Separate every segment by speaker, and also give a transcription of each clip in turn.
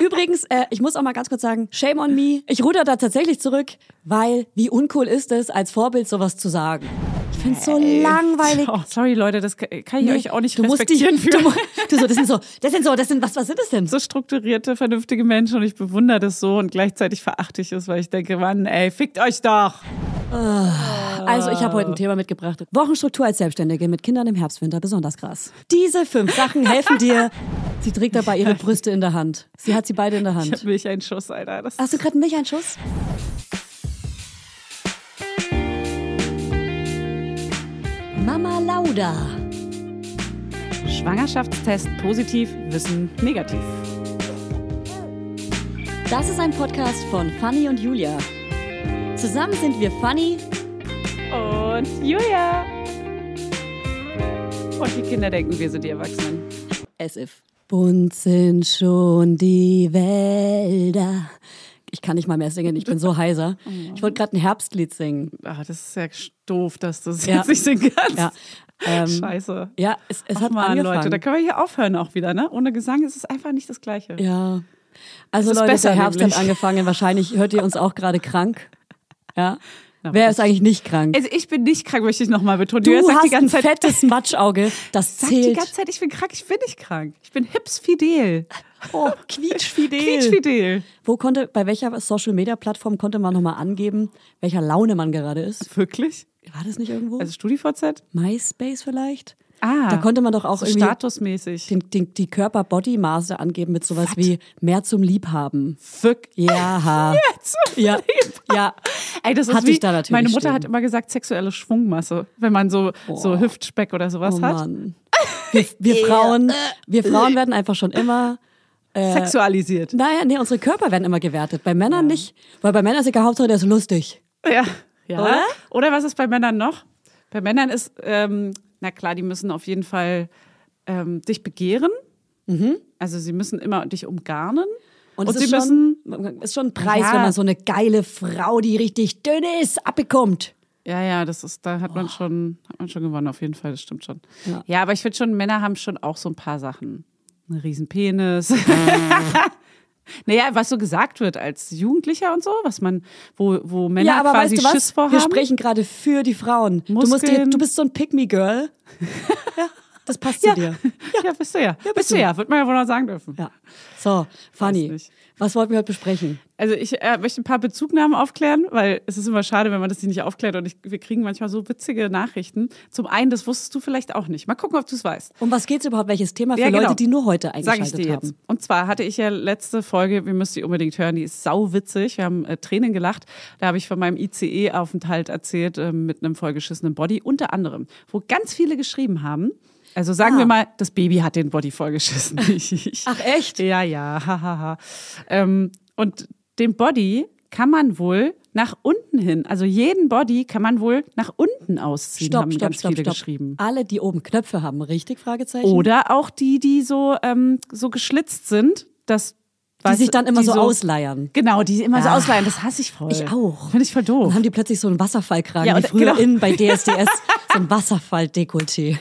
Speaker 1: Übrigens, äh, ich muss auch mal ganz kurz sagen, shame on me. Ich ruder da tatsächlich zurück, weil wie uncool ist es, als Vorbild sowas zu sagen. Ich finde es so langweilig.
Speaker 2: Oh, sorry Leute, das kann kann ich
Speaker 1: Nee,
Speaker 2: euch auch nicht
Speaker 1: du musst dich,
Speaker 2: respektieren
Speaker 1: du, mu- du so, das sind so, das sind so, das sind was, was sind das denn?
Speaker 2: so strukturierte, vernünftige Menschen und ich bewundere das so und gleichzeitig verachte ich es, weil ich denke, Mann, ey, fickt euch doch.
Speaker 1: Also, ich habe heute ein Thema mitgebracht. Wochenstruktur als Selbstständige mit Kindern im Herbstwinter besonders krass. Diese fünf Sachen helfen dir. Sie trägt dabei ihre Brüste in der Hand. Sie hat sie beide in der
Speaker 2: Ich hab
Speaker 1: Hand.
Speaker 2: mich einen Schuss, Alter. Das
Speaker 1: Hast du gerade einen Milcheinschuss? Mama Lauda.
Speaker 2: Schwangerschaftstest positiv, Wissen negativ.
Speaker 1: Das ist ein Podcast von Fanny und Julia. Zusammen sind wir Fanny.
Speaker 2: Und Julia. Und die Kinder denken, wir sind die Erwachsenen.
Speaker 1: As if. Bunt sind schon die Wälder. Ich kann nicht mal mehr singen, ich bin so heiser. Ich wollte gerade ein Herbstlied singen.
Speaker 2: Ah, das ist ja doof, dass du das
Speaker 1: Ja.
Speaker 2: jetzt nicht singen kannst.
Speaker 1: Ja. Ähm,
Speaker 2: Scheiße.
Speaker 1: Ja, es, es
Speaker 2: Ach
Speaker 1: hat
Speaker 2: Mann,
Speaker 1: angefangen.
Speaker 2: Leute, da können wir hier aufhören auch wieder, ne? Ohne Gesang ist es einfach nicht das Gleiche.
Speaker 1: ja. Also
Speaker 2: Es ist
Speaker 1: Leute,
Speaker 2: besser
Speaker 1: der Herbst
Speaker 2: nämlich.
Speaker 1: hat angefangen. Wahrscheinlich hört ihr uns auch gerade krank. Ja.
Speaker 2: Na,
Speaker 1: Wer
Speaker 2: was?
Speaker 1: ist eigentlich nicht krank?
Speaker 2: Also ich bin nicht krank, möchte ich nochmal betonen.
Speaker 1: du
Speaker 2: Julia sagt
Speaker 1: hast
Speaker 2: die ganze
Speaker 1: ein
Speaker 2: Zeit,
Speaker 1: fettes Matschauge. Das
Speaker 2: sagt die
Speaker 1: zählt.
Speaker 2: ganze Zeit, ich bin krank, ich bin nicht krank. Ich bin hipsfidel.
Speaker 1: Oh, quietschfidel.
Speaker 2: Quietschfidel.
Speaker 1: Wo konnte, bei welcher Social Media Plattform konnte man nochmal angeben, welcher Laune man gerade ist?
Speaker 2: Wirklich?
Speaker 1: War das nicht irgendwo?
Speaker 2: Also StudiVZ?
Speaker 1: MySpace vielleicht?
Speaker 2: Ah.
Speaker 1: Da konnte man doch auch
Speaker 2: so
Speaker 1: irgendwie
Speaker 2: statusmäßig.
Speaker 1: den, den, die Körper-Body-Maße angeben mit sowas wie mehr zum Liebhaben.
Speaker 2: Wirklich.
Speaker 1: Ja.
Speaker 2: Jetzt.
Speaker 1: ja. Ja.
Speaker 2: Ey, das ist
Speaker 1: Hatte
Speaker 2: wie,
Speaker 1: ich da natürlich
Speaker 2: Meine Mutter
Speaker 1: stehen.
Speaker 2: hat immer gesagt, sexuelle Schwungmasse, wenn man so, so Hüftspeck oder sowas
Speaker 1: Oh
Speaker 2: hat.
Speaker 1: Mann. Wir, wir, Frauen, wir Frauen werden einfach schon immer. Äh.
Speaker 2: Sexualisiert.
Speaker 1: Naja, nee, unsere Körper werden immer gewertet. Bei Männern nicht. Weil bei Männern ist egal, Hauptsache der ist lustig.
Speaker 2: Ja. ja.
Speaker 1: Oder?
Speaker 2: Oder? was ist bei Männern noch? Bei Männern ist, ähm, na klar, die müssen auf jeden Fall ähm, dich begehren.
Speaker 1: Mhm.
Speaker 2: Also sie müssen immer dich umgarnen.
Speaker 1: es
Speaker 2: sie
Speaker 1: ist
Speaker 2: müssen
Speaker 1: schon, ist schon ein Preis,
Speaker 2: Ja.
Speaker 1: wenn man so eine geile Frau, die richtig dünn ist, abbekommt.
Speaker 2: Ja, ja, das ist, da hat man schon, hat man schon gewonnen, auf jeden Fall, das stimmt schon.
Speaker 1: Oh. Ja.
Speaker 2: Ja, aber ich finde schon, Männer haben schon auch so ein paar Sachen. Ein Riesenpenis. naja, was so gesagt wird als Jugendlicher und so, was man, wo, wo Männer
Speaker 1: Ja, aber
Speaker 2: quasi
Speaker 1: weißt du was?
Speaker 2: Schiss vor
Speaker 1: Wir
Speaker 2: haben.
Speaker 1: sprechen gerade für die Frauen. Du, musst dir,
Speaker 2: Muskeln.
Speaker 1: du bist so ein Pick-Me-Girl. ja, das passt
Speaker 2: ja.
Speaker 1: zu dir.
Speaker 2: Ja. bist du ja. bist du ja, wird man ja wohl noch sagen dürfen.
Speaker 1: Ja. So, Fanny,
Speaker 2: nicht.
Speaker 1: was wollten wir heute besprechen?
Speaker 2: Also ich äh, möchte ein paar Bezugnahmen aufklären, weil es ist immer schade, wenn man das nicht aufklärt und ich, wir kriegen manchmal so witzige Nachrichten. Zum einen, das wusstest du vielleicht auch nicht. Mal gucken, ob du es weißt.
Speaker 1: Um was geht's überhaupt? Welches Thema für
Speaker 2: Ja, genau.
Speaker 1: Leute, die nur heute
Speaker 2: Sag
Speaker 1: eingeschaltet
Speaker 2: ich dir
Speaker 1: haben?
Speaker 2: jetzt. Und zwar hatte ich ja letzte Folge, wir müsst die unbedingt hören, die ist sauwitzig. Wir haben äh, Tränen gelacht. Da habe ich von meinem ICE-Aufenthalt erzählt äh, mit einem vollgeschissenen Body, unter anderem, wo ganz viele geschrieben haben. Also sagen
Speaker 1: Ah.
Speaker 2: wir mal, das Baby hat den Body vollgeschissen.
Speaker 1: Ach, echt?
Speaker 2: Ja, ja, hahaha. ähm, und den Body kann man wohl nach unten hin, also jeden Body kann man wohl nach unten ausziehen, haben ganz viele geschrieben. Oh,
Speaker 1: Alle, die oben Knöpfe haben, richtig? Fragezeichen.
Speaker 2: Oder auch die, die so, ähm, so geschlitzt sind, dass
Speaker 1: die sich dann immer so, ausleiern.
Speaker 2: Genau, die immer so
Speaker 1: Ah.
Speaker 2: ausleihen. Das hasse ich voll.
Speaker 1: Ich auch.
Speaker 2: Finde ich voll
Speaker 1: Dann
Speaker 2: doof.
Speaker 1: haben die plötzlich so einen Wasserfallkragen,
Speaker 2: Ja,
Speaker 1: wie
Speaker 2: und-
Speaker 1: früher
Speaker 2: genau.
Speaker 1: innen bei DSDS, so ein Wasserfall-Dekolleté.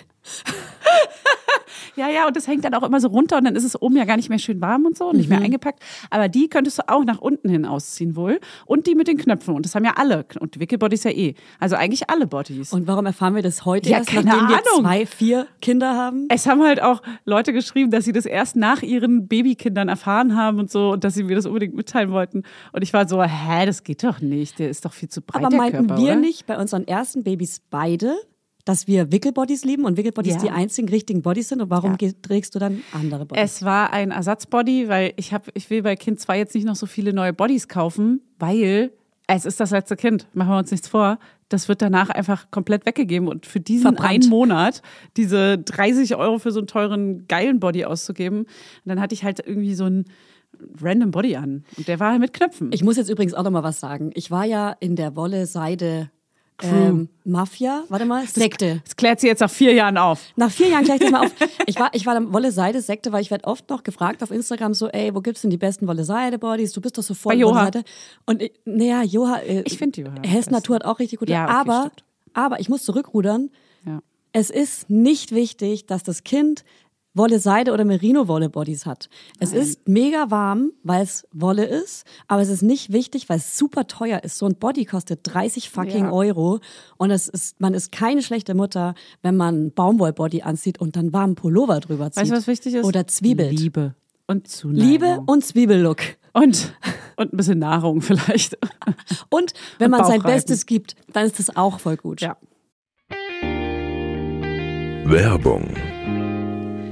Speaker 2: Ja, ja, und das hängt dann auch immer so runter und dann ist es oben ja gar nicht mehr schön warm und so, und nicht
Speaker 1: Mhm.
Speaker 2: mehr eingepackt. Aber die könntest du auch nach unten hin ausziehen wohl. Und die mit den Knöpfen. Und das haben ja alle. Und Wickelbodies ja eh. Also eigentlich alle Bodies.
Speaker 1: Und warum erfahren wir das heute
Speaker 2: Ja,
Speaker 1: erst,
Speaker 2: keine
Speaker 1: nachdem wir
Speaker 2: Ahnung.
Speaker 1: zwei, vier Kinder haben?
Speaker 2: es haben halt auch Leute geschrieben, dass sie das erst nach ihren Babykindern erfahren haben und so und dass sie mir das unbedingt mitteilen wollten. Und ich war so, hä, das geht doch nicht. Der ist doch viel zu breit.
Speaker 1: Aber
Speaker 2: der
Speaker 1: meinten
Speaker 2: Körper,
Speaker 1: wir
Speaker 2: oder?
Speaker 1: nicht bei unseren ersten Babys beide, dass wir Wickelbodies lieben und Wickelbodies
Speaker 2: Ja.
Speaker 1: die einzigen richtigen Bodies sind? Und warum
Speaker 2: Ja. Äh.
Speaker 1: ge- trägst du dann andere Bodies?
Speaker 2: Es war ein Ersatzbody, weil ich habe, ich will bei Kind 2 jetzt nicht noch so viele neue Bodies kaufen, weil es ist das letzte Kind. Machen wir uns nichts vor. Das wird danach einfach komplett weggegeben und für diesen
Speaker 1: Verbrannt.
Speaker 2: einen Monat diese 30 Euro für so einen teuren geilen Body auszugeben. Und dann hatte ich halt irgendwie so einen random Body an und der war halt mit Knöpfen.
Speaker 1: Ich muss jetzt übrigens auch noch mal was sagen. Ich war ja in der Wolle Seide ähm, Mafia, warte mal, Sekte.
Speaker 2: Das klärt sie jetzt nach vier Jahren auf.
Speaker 1: Nach vier Jahren gleich das mal auf. Ich war, ich war in der Wolle Seide Sekte, weil ich werde oft noch gefragt auf Instagram so, ey, wo gibt's denn die besten Wolle Seide Bodies? Du bist doch so voll
Speaker 2: Bei
Speaker 1: in Wolle
Speaker 2: Joha.
Speaker 1: Seide. Und ich- naja, Joha. Äh,
Speaker 2: Ich find Joha am
Speaker 1: Hess
Speaker 2: besten.
Speaker 1: Natur hat auch richtig gut.
Speaker 2: Ja, okay,
Speaker 1: aber,
Speaker 2: stimmt.
Speaker 1: aber ich muss zurückrudern.
Speaker 2: Ja.
Speaker 1: Es ist nicht wichtig, dass das Kind Wolle Seide oder Merino Wolle Bodies hat. Es ist mega warm, weil es Wolle ist, aber es ist nicht wichtig, weil es super teuer ist. So ein Body kostet 30 fucking
Speaker 2: Ja.
Speaker 1: Euro und es ist, man ist keine schlechte Mutter, wenn man einen Baumwollbody anzieht und dann warmen Pullover drüber zieht.
Speaker 2: Weißt du, was wichtig ist?
Speaker 1: Oder Zwiebelt.
Speaker 2: Liebe und Zuneigung.
Speaker 1: Liebe und Zwiebellook.
Speaker 2: und, und ein bisschen Nahrung vielleicht.
Speaker 1: Und wenn
Speaker 2: Und
Speaker 1: man sein
Speaker 2: Bauchreiben.
Speaker 1: Bestes gibt, dann ist das auch voll gut.
Speaker 2: Ja.
Speaker 3: Werbung,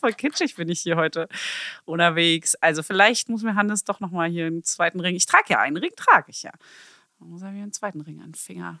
Speaker 2: Voll kitschig bin ich hier heute unterwegs. Also vielleicht muss mir Hannes doch noch mal hier einen zweiten Ring. Ich trage ja einen Ring, trage ich ja. Dann muss er mir einen zweiten Ring an den Finger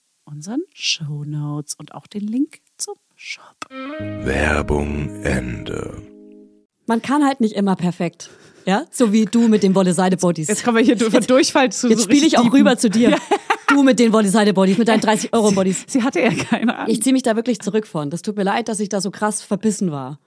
Speaker 2: unseren Show Notes und auch den Link zum Shop.
Speaker 3: Werbung, Ende.
Speaker 1: Man kann halt nicht immer perfekt. Ja? So wie du mit den Wolle-Seide-Bodies.
Speaker 2: Jetzt kommen wir hier durch, Durchfall zu.
Speaker 1: Jetzt
Speaker 2: so
Speaker 1: spiele ich
Speaker 2: richtig
Speaker 1: auch
Speaker 2: Dieben.
Speaker 1: rüber zu dir. Du mit den Wolle-Seide-Bodies, mit deinen 30-Euro-Bodies.
Speaker 2: Sie hatte ja keine Ahnung.
Speaker 1: Ich ziehe mich da wirklich zurück von. Das tut mir leid, dass ich da so krass verbissen war.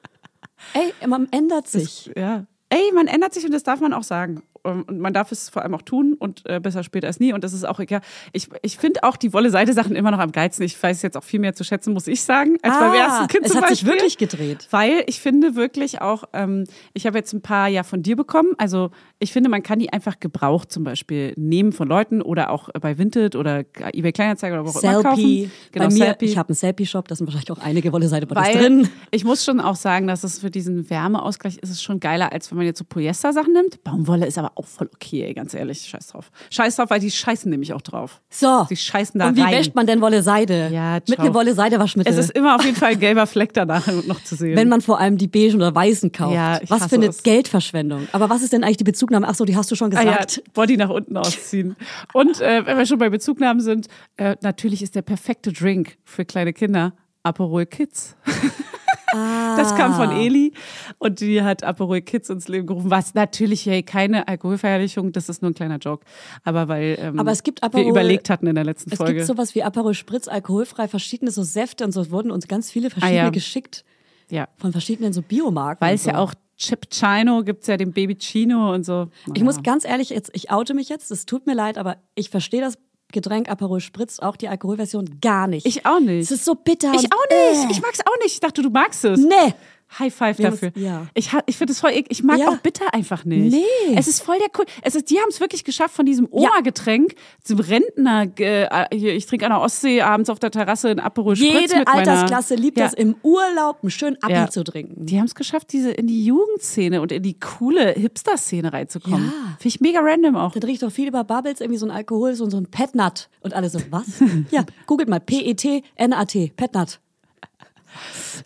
Speaker 1: Ey, man ändert sich.
Speaker 2: Ja. Ey, man ändert sich und das darf man auch sagen. Ähm, Und man darf es vor allem auch tun und äh, besser später als nie. Und das ist auch egal. Ich, ich finde auch die Wolle-Seide-Sachen immer noch am geilsten. Ich weiß jetzt auch viel mehr zu schätzen, muss ich sagen, als beim
Speaker 1: Ah,
Speaker 2: ersten Kind
Speaker 1: es
Speaker 2: zum
Speaker 1: hat
Speaker 2: Beispiel.
Speaker 1: sich wirklich gedreht.
Speaker 2: Weil ich finde wirklich auch, ähm, ich habe jetzt ein paar ja von dir bekommen. Also ich finde, man kann die einfach gebraucht zum Beispiel nehmen von Leuten oder auch bei Vinted oder eBay Kleinanzeigen oder wo auch immer
Speaker 1: Selfie.
Speaker 2: kaufen. Genau,
Speaker 1: Bei mir,
Speaker 2: Selfie.
Speaker 1: ich habe einen Selfie-Shop, da sind wahrscheinlich auch einige Wolle-Seide-Bodies
Speaker 2: Weil
Speaker 1: drin.
Speaker 2: ich muss schon auch sagen, dass es für diesen Wärmeausgleich ist es schon geiler, als wenn man jetzt so Polyester-Sachen nimmt. Baumwolle ist aber auch voll okay, ey, ganz ehrlich. Scheiß drauf. Scheiß drauf, weil die scheißen nämlich auch drauf.
Speaker 1: So.
Speaker 2: Sie scheißen da
Speaker 1: Und wie
Speaker 2: rein.
Speaker 1: wäscht man denn Wolle-Seide?
Speaker 2: Ja,
Speaker 1: Mit
Speaker 2: ciao.
Speaker 1: einem Wolle-Seide-Waschmittel.
Speaker 2: Es ist immer auf jeden Fall ein gelber Fleck danach noch zu sehen.
Speaker 1: wenn man vor allem die beigen oder weißen kauft.
Speaker 2: Ja, ich
Speaker 1: was
Speaker 2: hasse
Speaker 1: für eine
Speaker 2: es.
Speaker 1: Geldverschwendung. Aber was ist denn eigentlich die Bezugnahme? Ach so, die hast du schon
Speaker 2: Ah ja,
Speaker 1: gesagt.
Speaker 2: Body nach unten ausziehen. Und äh, wenn wir schon bei Bezugnahmen sind, äh, natürlich ist der perfekte Drink für kleine Kinder Aperol Kids. Das
Speaker 1: Ah.
Speaker 2: kam von Eli und die hat Aperol Kids ins Leben gerufen. Was natürlich hey, keine Alkoholverherrlichung, das ist nur ein kleiner Joke. Aber weil ähm,
Speaker 1: Aber es gibt
Speaker 2: wir
Speaker 1: Aperol-
Speaker 2: überlegt hatten in der letzten
Speaker 1: Es
Speaker 2: Folge.
Speaker 1: gibt sowas wie Aperol Spritz, alkoholfrei, verschiedene so Säfte und so wurden uns ganz viele verschiedene
Speaker 2: Ah ja.
Speaker 1: geschickt
Speaker 2: ja,
Speaker 1: von verschiedenen so Biomarken.
Speaker 2: weil
Speaker 1: und
Speaker 2: es
Speaker 1: so.
Speaker 2: ja auch Chip Chino gibt's ja den Baby Chino und so.
Speaker 1: Ich muss ganz ehrlich jetzt, ich oute mich jetzt, es tut mir leid, aber ich verstehe das Getränk Aperol Spritz, auch die Alkoholversion, gar nicht.
Speaker 2: Ich auch nicht.
Speaker 1: Es ist so bitter.
Speaker 2: ich
Speaker 1: und- äh, ne.
Speaker 2: auch nicht. Ich mag's auch nicht. äh. Ich dachte, du magst es.
Speaker 1: Nee.
Speaker 2: High Five
Speaker 1: Wir
Speaker 2: dafür.
Speaker 1: müssen- ja.
Speaker 2: Ich, ha- ich finde es voll eklig. Ich mag
Speaker 1: Ja.
Speaker 2: auch bitter einfach nicht.
Speaker 1: Nee.
Speaker 2: Es ist voll der cool. Es ist, die haben es wirklich geschafft von diesem Oma-Getränk zum Rentner. Äh, hier, ich trinke an der Ostsee abends auf der Terrasse ein Aperol Spritz
Speaker 1: Jede
Speaker 2: mit meiner-
Speaker 1: Altersklasse liebt
Speaker 2: ja.
Speaker 1: das im Urlaub, einen schönen Appi
Speaker 2: Ja.
Speaker 1: zu trinken.
Speaker 2: Die haben es geschafft, diese in die Jugendszene und in die coole Hipster-Szene reinzukommen.
Speaker 1: Ja.
Speaker 2: Finde ich mega random auch.
Speaker 1: Dann riecht doch viel über Bubbles, irgendwie so ein Alkohol, so, so ein Petnat. Und alle so, was? ja, googelt mal. E P-E-T-N-A-T. Petnat.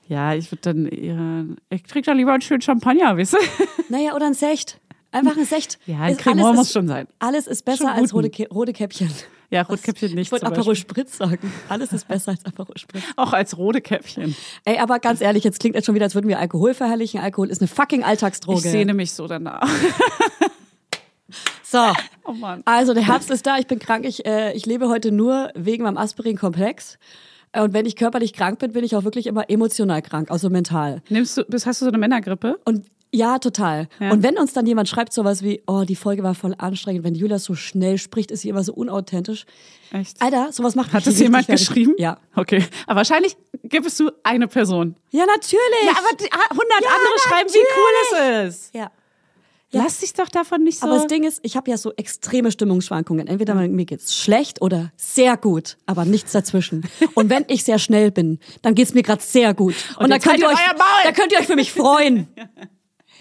Speaker 2: Ja, ich würde dann eher, ich trinke dann lieber einen schönen Champagner, weißt du?
Speaker 1: Naja, oder ein Secht. Einfach ein Secht.
Speaker 2: Ja, ein
Speaker 1: Ist-
Speaker 2: Cremant
Speaker 1: alles
Speaker 2: muss
Speaker 1: ist-
Speaker 2: schon sein.
Speaker 1: Alles ist besser
Speaker 2: Schon
Speaker 1: als
Speaker 2: guten.
Speaker 1: rote, Kä rote Käppchen.
Speaker 2: Ja, Rotkäppchen nicht.
Speaker 1: Ich wollte
Speaker 2: zum
Speaker 1: Aperol
Speaker 2: Beispiel.
Speaker 1: Spritz sagen. Alles ist besser als Aperol Spritz.
Speaker 2: Auch als rote Käppchen.
Speaker 1: Ey, aber ganz ehrlich, jetzt klingt das schon wieder, als würden wir Alkohol verherrlichen. Alkohol ist eine fucking Alltagsdroge.
Speaker 2: Ich sehne mich so danach.
Speaker 1: so,
Speaker 2: Oh Mann.
Speaker 1: also der Herbst ist da, ich bin krank. Ich, äh, ich lebe heute nur wegen meinem Aspirin-Komplex. Äh, Und wenn ich körperlich krank bin, bin ich auch wirklich immer emotional krank, also mental.
Speaker 2: Nimmst du, bist- hast du so eine Männergrippe?
Speaker 1: Und ja, total.
Speaker 2: Ja.
Speaker 1: Und wenn uns dann jemand schreibt sowas wie, oh, die Folge war voll anstrengend, wenn Julia so schnell spricht, ist sie immer so unauthentisch.
Speaker 2: Echt?
Speaker 1: Alter, sowas macht mich
Speaker 2: Hat das
Speaker 1: richtig
Speaker 2: jemand
Speaker 1: fertig.
Speaker 2: geschrieben?
Speaker 1: Ja.
Speaker 2: Okay. Aber wahrscheinlich gibst du eine Person.
Speaker 1: Ja, natürlich.
Speaker 2: Ja, aber die- ah, 100
Speaker 1: Ja,
Speaker 2: andere schreiben, wie cool es ist.
Speaker 1: ja.
Speaker 2: Lass dich doch davon nicht so.
Speaker 1: Aber das Ding ist, ich habe ja so extreme Stimmungsschwankungen. Entweder mir geht's schlecht oder sehr gut, aber nichts dazwischen. Und wenn ich sehr schnell bin, dann geht's mir gerade sehr gut. Und, dann
Speaker 2: jetzt
Speaker 1: könnt ihr euch,
Speaker 2: haltet euer Maul!
Speaker 1: da könnt ihr euch für mich freuen.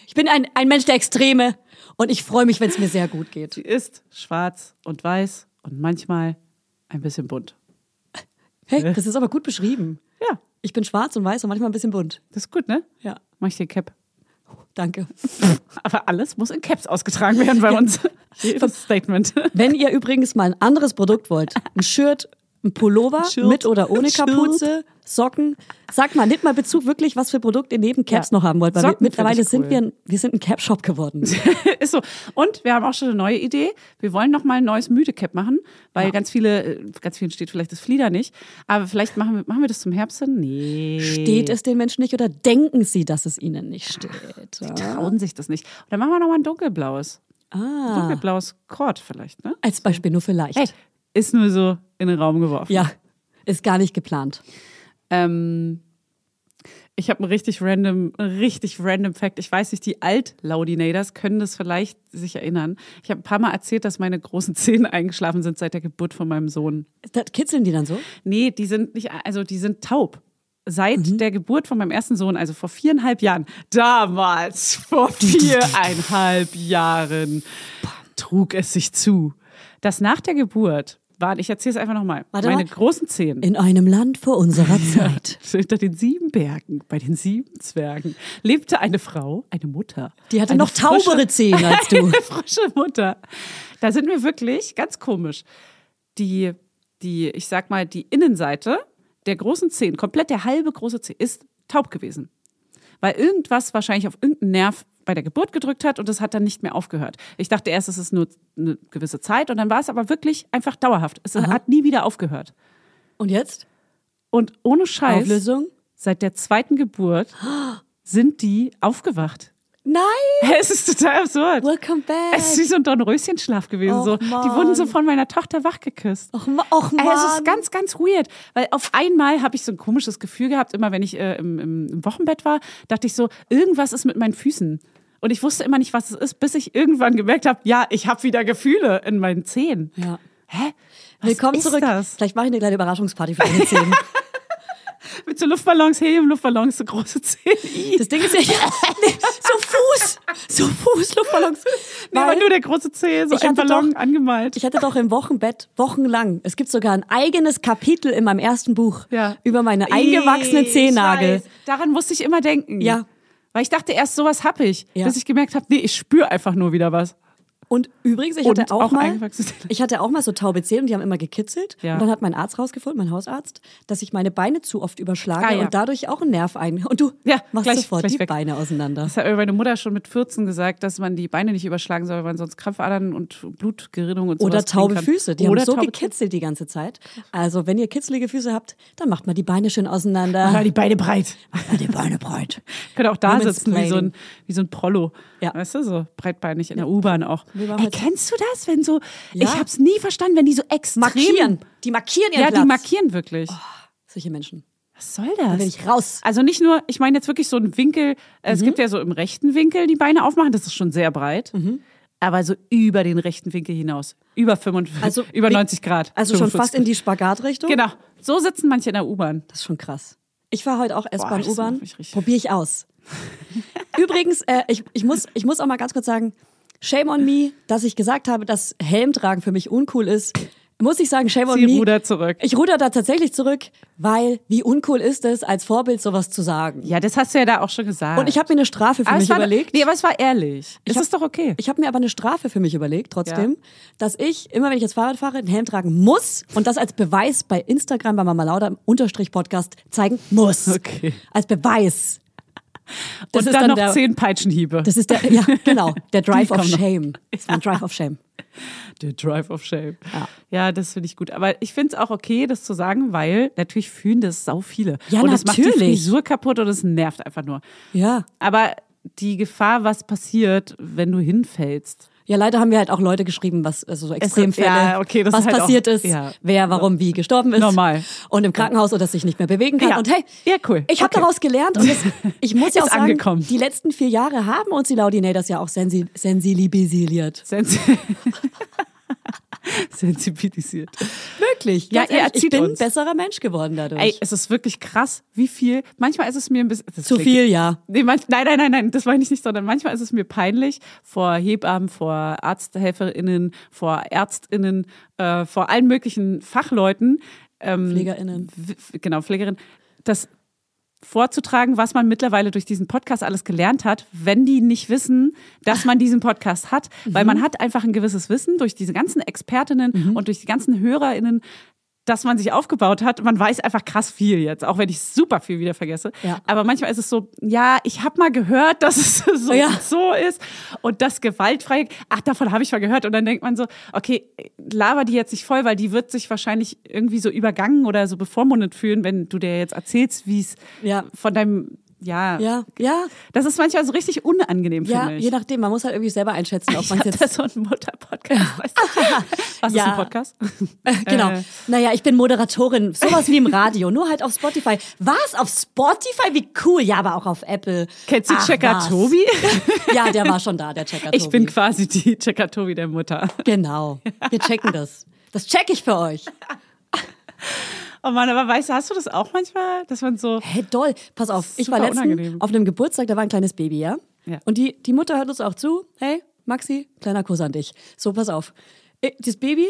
Speaker 1: Ich bin ein, ein Mensch der Extreme und ich freue mich, wenn es mir sehr gut geht.
Speaker 2: Sie ist schwarz und weiß und manchmal ein bisschen bunt.
Speaker 1: Hey, das ist aber gut beschrieben.
Speaker 2: Ja,
Speaker 1: Ich bin schwarz und weiß und manchmal ein bisschen bunt.
Speaker 2: das ist gut, ne?
Speaker 1: Ja,
Speaker 2: Mach ich dir Cap.
Speaker 1: danke.
Speaker 2: Aber alles muss in Caps ausgetragen werden bei uns. Jedes Statement.
Speaker 1: Wenn ihr übrigens mal ein anderes Produkt wollt, ein Shirt, ein Pullover
Speaker 2: Shirt.
Speaker 1: mit oder ohne
Speaker 2: Ein Shirt.
Speaker 1: Kapuze, Socken, sagt mal, nehmt mal Bezug wirklich, was für Produkte ihr neben Caps
Speaker 2: Ja.
Speaker 1: noch haben wollt, weil wir,
Speaker 2: Socken
Speaker 1: mittlerweile
Speaker 2: find ich
Speaker 1: sind
Speaker 2: cool.
Speaker 1: wir ein, wir sind ein Cap Shop geworden.
Speaker 2: ist so. Und wir haben auch schon eine neue Idee. Wir wollen noch mal ein neues müde Cap machen, weil ganz viele, äh, ganz vielen steht vielleicht das Flieder nicht. Aber vielleicht machen wir, machen wir das zum Herbst hin? Nee.
Speaker 1: Steht es den Menschen nicht oder denken sie, dass es ihnen nicht steht? Ja.
Speaker 2: Trauen sich das nicht. Und dann machen wir noch mal ein dunkelblaues.
Speaker 1: Mhm. Ah,
Speaker 2: Dunkelblaues Kord vielleicht, ne?
Speaker 1: als Beispiel nur vielleicht.
Speaker 2: Hey, ist nur so in den Raum geworfen.
Speaker 1: Ja, ist gar nicht geplant.
Speaker 2: Ähm, ich habe einen richtig random, einen richtig random Fact. Ich weiß nicht, die Alt-Laudinators können das vielleicht sich erinnern. Ich habe ein paar Mal erzählt, dass meine großen Zähne eingeschlafen sind seit der Geburt von meinem Sohn.
Speaker 1: Das kitzeln die dann so?
Speaker 2: Nee, die sind nicht, also die sind taub. Seit
Speaker 1: Mhm.
Speaker 2: der Geburt von meinem ersten Sohn, also vor viereinhalb Jahren, damals vor viereinhalb Jahren, trug es sich zu, dass nach der Geburt, warte, ich erzähle es einfach nochmal,
Speaker 1: Warte
Speaker 2: meine
Speaker 1: mal.
Speaker 2: großen Zehen
Speaker 1: In einem Land vor unserer Zeit.
Speaker 2: hinter den sieben Bergen, bei den sieben Zwergen, lebte eine Frau, eine Mutter.
Speaker 1: Die hatte
Speaker 2: eine
Speaker 1: noch taubere Zehen als du.
Speaker 2: Eine frische Mutter. Da sind wir wirklich ganz komisch. Die, die, ich sag mal, die Innenseite der großen Zehen, komplett der halbe große Zeh, ist taub gewesen. Weil irgendwas wahrscheinlich auf irgendeinen Nerv bei der Geburt gedrückt hat und das hat dann nicht mehr aufgehört. Ich dachte erst, es ist nur eine gewisse Zeit und dann war es aber wirklich einfach dauerhaft. Es hat nie wieder aufgehört.
Speaker 1: Und jetzt?
Speaker 2: Und ohne Scheiß
Speaker 1: Auflösung?
Speaker 2: seit der zweiten Geburt sind die aufgewacht.
Speaker 1: Nein!
Speaker 2: Es ist total absurd.
Speaker 1: Welcome back!
Speaker 2: Es ist wie so ein Dornröschenschlaf gewesen.
Speaker 1: Och,
Speaker 2: so. Die
Speaker 1: Mann.
Speaker 2: wurden so von meiner Tochter wachgeküsst.
Speaker 1: Och, ma- och Mann.
Speaker 2: Es ist ganz, ganz weird, weil auf einmal habe ich so ein komisches Gefühl gehabt, immer wenn ich äh, im, im, im Wochenbett war, dachte ich so, irgendwas ist mit meinen Füßen. Und ich wusste immer nicht, was es ist, bis ich irgendwann gemerkt habe, ja, ich habe wieder Gefühle in meinen Zehen.
Speaker 1: Ja.
Speaker 2: Hä? Was
Speaker 1: Willkommen
Speaker 2: ist
Speaker 1: zurück.
Speaker 2: Das?
Speaker 1: Vielleicht mache ich eine kleine Überraschungsparty für deine Zehen.
Speaker 2: Mit so Luftballons, Helium-Luftballons, so große Zehen.
Speaker 1: Das Ding ist ja, nee, so Fuß, so Fuß, Luftballons.
Speaker 2: Nee, aber
Speaker 1: Weil
Speaker 2: nur der große Zeh, so
Speaker 1: Ich
Speaker 2: ein
Speaker 1: hatte
Speaker 2: Ballon
Speaker 1: doch-
Speaker 2: angemalt.
Speaker 1: ich hatte doch im Wochenbett wochenlang, es gibt sogar ein eigenes Kapitel in meinem ersten Buch
Speaker 2: Ja.
Speaker 1: über meine eingewachsenen
Speaker 2: Ih,
Speaker 1: Zehennagel.
Speaker 2: ich weiß. Daran musste ich immer denken.
Speaker 1: Ja.
Speaker 2: Weil ich dachte erst, sowas hab ich.
Speaker 1: Ja.
Speaker 2: Bis ich gemerkt habe, nee, ich spüre einfach nur wieder was.
Speaker 1: Und übrigens, ich
Speaker 2: Und
Speaker 1: hatte auch,
Speaker 2: auch
Speaker 1: mal,
Speaker 2: eingewachsene Zähne.
Speaker 1: ich hatte auch mal so taube Zehen und die haben immer gekitzelt.
Speaker 2: Ja.
Speaker 1: Und dann hat mein Arzt rausgefunden, mein Hausarzt, dass ich meine Beine zu oft überschlage
Speaker 2: Ah, ja.
Speaker 1: und dadurch auch einen Nerv ein. Und du
Speaker 2: Ja,
Speaker 1: machst
Speaker 2: gleich-
Speaker 1: sofort
Speaker 2: gleich
Speaker 1: die
Speaker 2: weg.
Speaker 1: Beine auseinander.
Speaker 2: Das hat mir meine Mutter schon mit 14 gesagt, dass man die Beine nicht überschlagen soll, weil sonst Krampfadern und Blutgerinnung und so
Speaker 1: Oder taube Füße, die
Speaker 2: Oder
Speaker 1: haben so
Speaker 2: taube
Speaker 1: gekitzelt die ganze Zeit. Also, wenn ihr kitzelige Füße habt, dann macht mal die Beine schön auseinander.
Speaker 2: Füße. Ja, die Beine breit.
Speaker 1: Ja, die Beine breit.
Speaker 2: Könnte auch da
Speaker 1: Women's
Speaker 2: sitzen, wie so, ein, wie so ein Prollo.
Speaker 1: Ja.
Speaker 2: Weißt du, so breitbeinig in der U-Bahn auch.
Speaker 1: Wir waren
Speaker 2: Ey,
Speaker 1: heute-
Speaker 2: kennst du das, wenn so,
Speaker 1: Ja.
Speaker 2: ich hab's nie verstanden, wenn die so extrem...
Speaker 1: Markieren. Die markieren ihren
Speaker 2: Ja,
Speaker 1: Platz.
Speaker 2: die markieren wirklich.
Speaker 1: Solche Menschen.
Speaker 2: Was soll das?
Speaker 1: will ich raus. Mhm.
Speaker 2: Also nicht nur, ich meine jetzt wirklich so einen Winkel, äh, es gibt ja so im rechten Winkel die Beine aufmachen, das ist schon sehr breit,
Speaker 1: Mhm.
Speaker 2: aber so über den rechten Winkel hinaus, über 55,
Speaker 1: Also
Speaker 2: über
Speaker 1: wie-
Speaker 2: 90 Grad.
Speaker 1: Also schon
Speaker 2: 45
Speaker 1: fast in die Spagatrichtung.
Speaker 2: Genau, so sitzen manche in der U-Bahn.
Speaker 1: Das ist schon krass. Ich fahre heute auch S-Bahn,
Speaker 2: das
Speaker 1: U-Bahn.
Speaker 2: macht mich richtig-
Speaker 1: Probiere ich aus. Übrigens, äh, ich, ich, muss, ich muss auch mal ganz kurz sagen, shame on me, dass ich gesagt habe, dass Helm tragen für mich uncool ist. muss ich sagen, shame on
Speaker 2: Sie
Speaker 1: me.
Speaker 2: rudert zurück.
Speaker 1: Ich ruder da tatsächlich zurück, weil wie uncool ist es, als Vorbild sowas zu sagen.
Speaker 2: Ja, das hast du ja da auch schon gesagt.
Speaker 1: Und ich habe mir eine Strafe für
Speaker 2: aber Ah, es
Speaker 1: mich
Speaker 2: war,
Speaker 1: überlegt.
Speaker 2: Nee, aber es war ehrlich.
Speaker 1: Ich
Speaker 2: Es
Speaker 1: hab-
Speaker 2: ist doch okay.
Speaker 1: Ich habe mir aber eine Strafe für mich überlegt, trotzdem, dass ich, immer wenn ich jetzt Fahrrad fahre, einen Helm tragen muss und das als Beweis bei Instagram bei Mama Lauda im Unterstrich Podcast zeigen muss.
Speaker 2: Okay.
Speaker 1: Als Beweis. Das
Speaker 2: Und
Speaker 1: ist
Speaker 2: dann,
Speaker 1: dann
Speaker 2: noch
Speaker 1: der-
Speaker 2: zehn Peitschenhiebe.
Speaker 1: Das ist der, ja, genau, der Drive of
Speaker 2: kommen noch.
Speaker 1: Shame. Das ist mein Drive of Shame.
Speaker 2: Der Drive of Shame.
Speaker 1: Ja.
Speaker 2: Ja, das finde ich gut. Aber ich finde es auch okay, das zu sagen, weil natürlich fühlen das sau viele.
Speaker 1: Ja,
Speaker 2: und es macht die
Speaker 1: natürlich.
Speaker 2: Frisur kaputt und es nervt einfach nur.
Speaker 1: Ja.
Speaker 2: Aber die Gefahr, was passiert, wenn du hinfällst.
Speaker 1: Ja, leider haben wir halt auch Leute geschrieben, was also so Extremfälle,
Speaker 2: ja, okay, das
Speaker 1: was
Speaker 2: ist halt
Speaker 1: passiert
Speaker 2: auch-
Speaker 1: ist,
Speaker 2: ja.
Speaker 1: wer, warum, wie gestorben ist.
Speaker 2: Normal.
Speaker 1: Und im Krankenhaus oder sich nicht mehr bewegen kann.
Speaker 2: Ja.
Speaker 1: Und hey,
Speaker 2: Ja, cool.
Speaker 1: ich habe
Speaker 2: Okay.
Speaker 1: daraus gelernt und es, ich muss ja auch
Speaker 2: Ist
Speaker 1: sagen,
Speaker 2: angekommen.
Speaker 1: die letzten vier Jahre haben uns die Laudinators ja auch sensi sensibilisiert.
Speaker 2: Sensi Sensibilisiert.
Speaker 1: Wirklich.
Speaker 2: Ja,
Speaker 1: ganz
Speaker 2: ihr
Speaker 1: ehrlich, ich
Speaker 2: erzieht
Speaker 1: bin ein
Speaker 2: uns.
Speaker 1: besserer Mensch geworden dadurch.
Speaker 2: Ey, es ist wirklich krass, wie viel. Manchmal ist es mir ein bisschen. das
Speaker 1: Zu
Speaker 2: klingt-
Speaker 1: viel, ja.
Speaker 2: Nee, manch, nein, nein, nein, nein, das meine ich nicht, sondern manchmal ist es mir peinlich vor Hebammen, vor ArzthelferInnen, vor ÄrztInnen, äh, vor allen möglichen Fachleuten. Ähm,
Speaker 1: PflegerInnen.
Speaker 2: w- f- Genau, Pflegerin. Das vorzutragen, was man mittlerweile durch diesen Podcast alles gelernt hat, wenn die nicht wissen, dass man diesen Podcast hat.
Speaker 1: Mhm.
Speaker 2: Weil man hat einfach ein gewisses Wissen durch diese ganzen Expertinnen
Speaker 1: Mhm.
Speaker 2: und durch die ganzen HörerInnen, dass man sich aufgebaut hat. Man weiß einfach krass viel jetzt, auch wenn ich super viel wieder vergesse.
Speaker 1: Ja.
Speaker 2: Aber manchmal ist es so, ja, ich habe mal gehört, dass es so,
Speaker 1: Ja.
Speaker 2: so ist und das gewaltfrei, ach, davon habe ich mal gehört. Und dann denkt man so, okay, laber die jetzt nicht voll, weil die wird sich wahrscheinlich irgendwie so übergangen oder so bevormundet fühlen, wenn du dir jetzt erzählst, wie es
Speaker 1: Ja.
Speaker 2: von deinem, ja.
Speaker 1: ja, ja,
Speaker 2: Das ist manchmal so richtig unangenehm,
Speaker 1: ja,
Speaker 2: finde ich.
Speaker 1: je nachdem. Man muss halt irgendwie selber einschätzen, ob
Speaker 2: ich
Speaker 1: man
Speaker 2: hab
Speaker 1: jetzt
Speaker 2: da so einen Mutter-Podcast. weißt du? Was
Speaker 1: Ja.
Speaker 2: ist ein Podcast?
Speaker 1: Genau.
Speaker 2: Äh,
Speaker 1: Naja, ich bin Moderatorin. Sowas wie im Radio, nur halt auf Spotify. Was? Auf Spotify? Wie cool. Ja, aber auch auf Apple.
Speaker 2: kennst du
Speaker 1: Ach,
Speaker 2: Checker
Speaker 1: was.
Speaker 2: Tobi?
Speaker 1: Ja, der war schon da, der Checker Tobi.
Speaker 2: Ich bin quasi die Checker Tobi der Mutter.
Speaker 1: Genau. Wir checken das. Das check ich für euch.
Speaker 2: Oh Mann, aber weißt du, hast du das auch manchmal, dass man so,
Speaker 1: Hey, doll. Pass auf, ich
Speaker 2: Super
Speaker 1: war letztens
Speaker 2: unangenehm.
Speaker 1: auf einem Geburtstag, da war ein kleines Baby, ja?
Speaker 2: Ja.
Speaker 1: Und die, die Mutter hört uns auch zu. Hey, Maxi, kleiner Kuss an dich. So, pass auf. Äh, Das Baby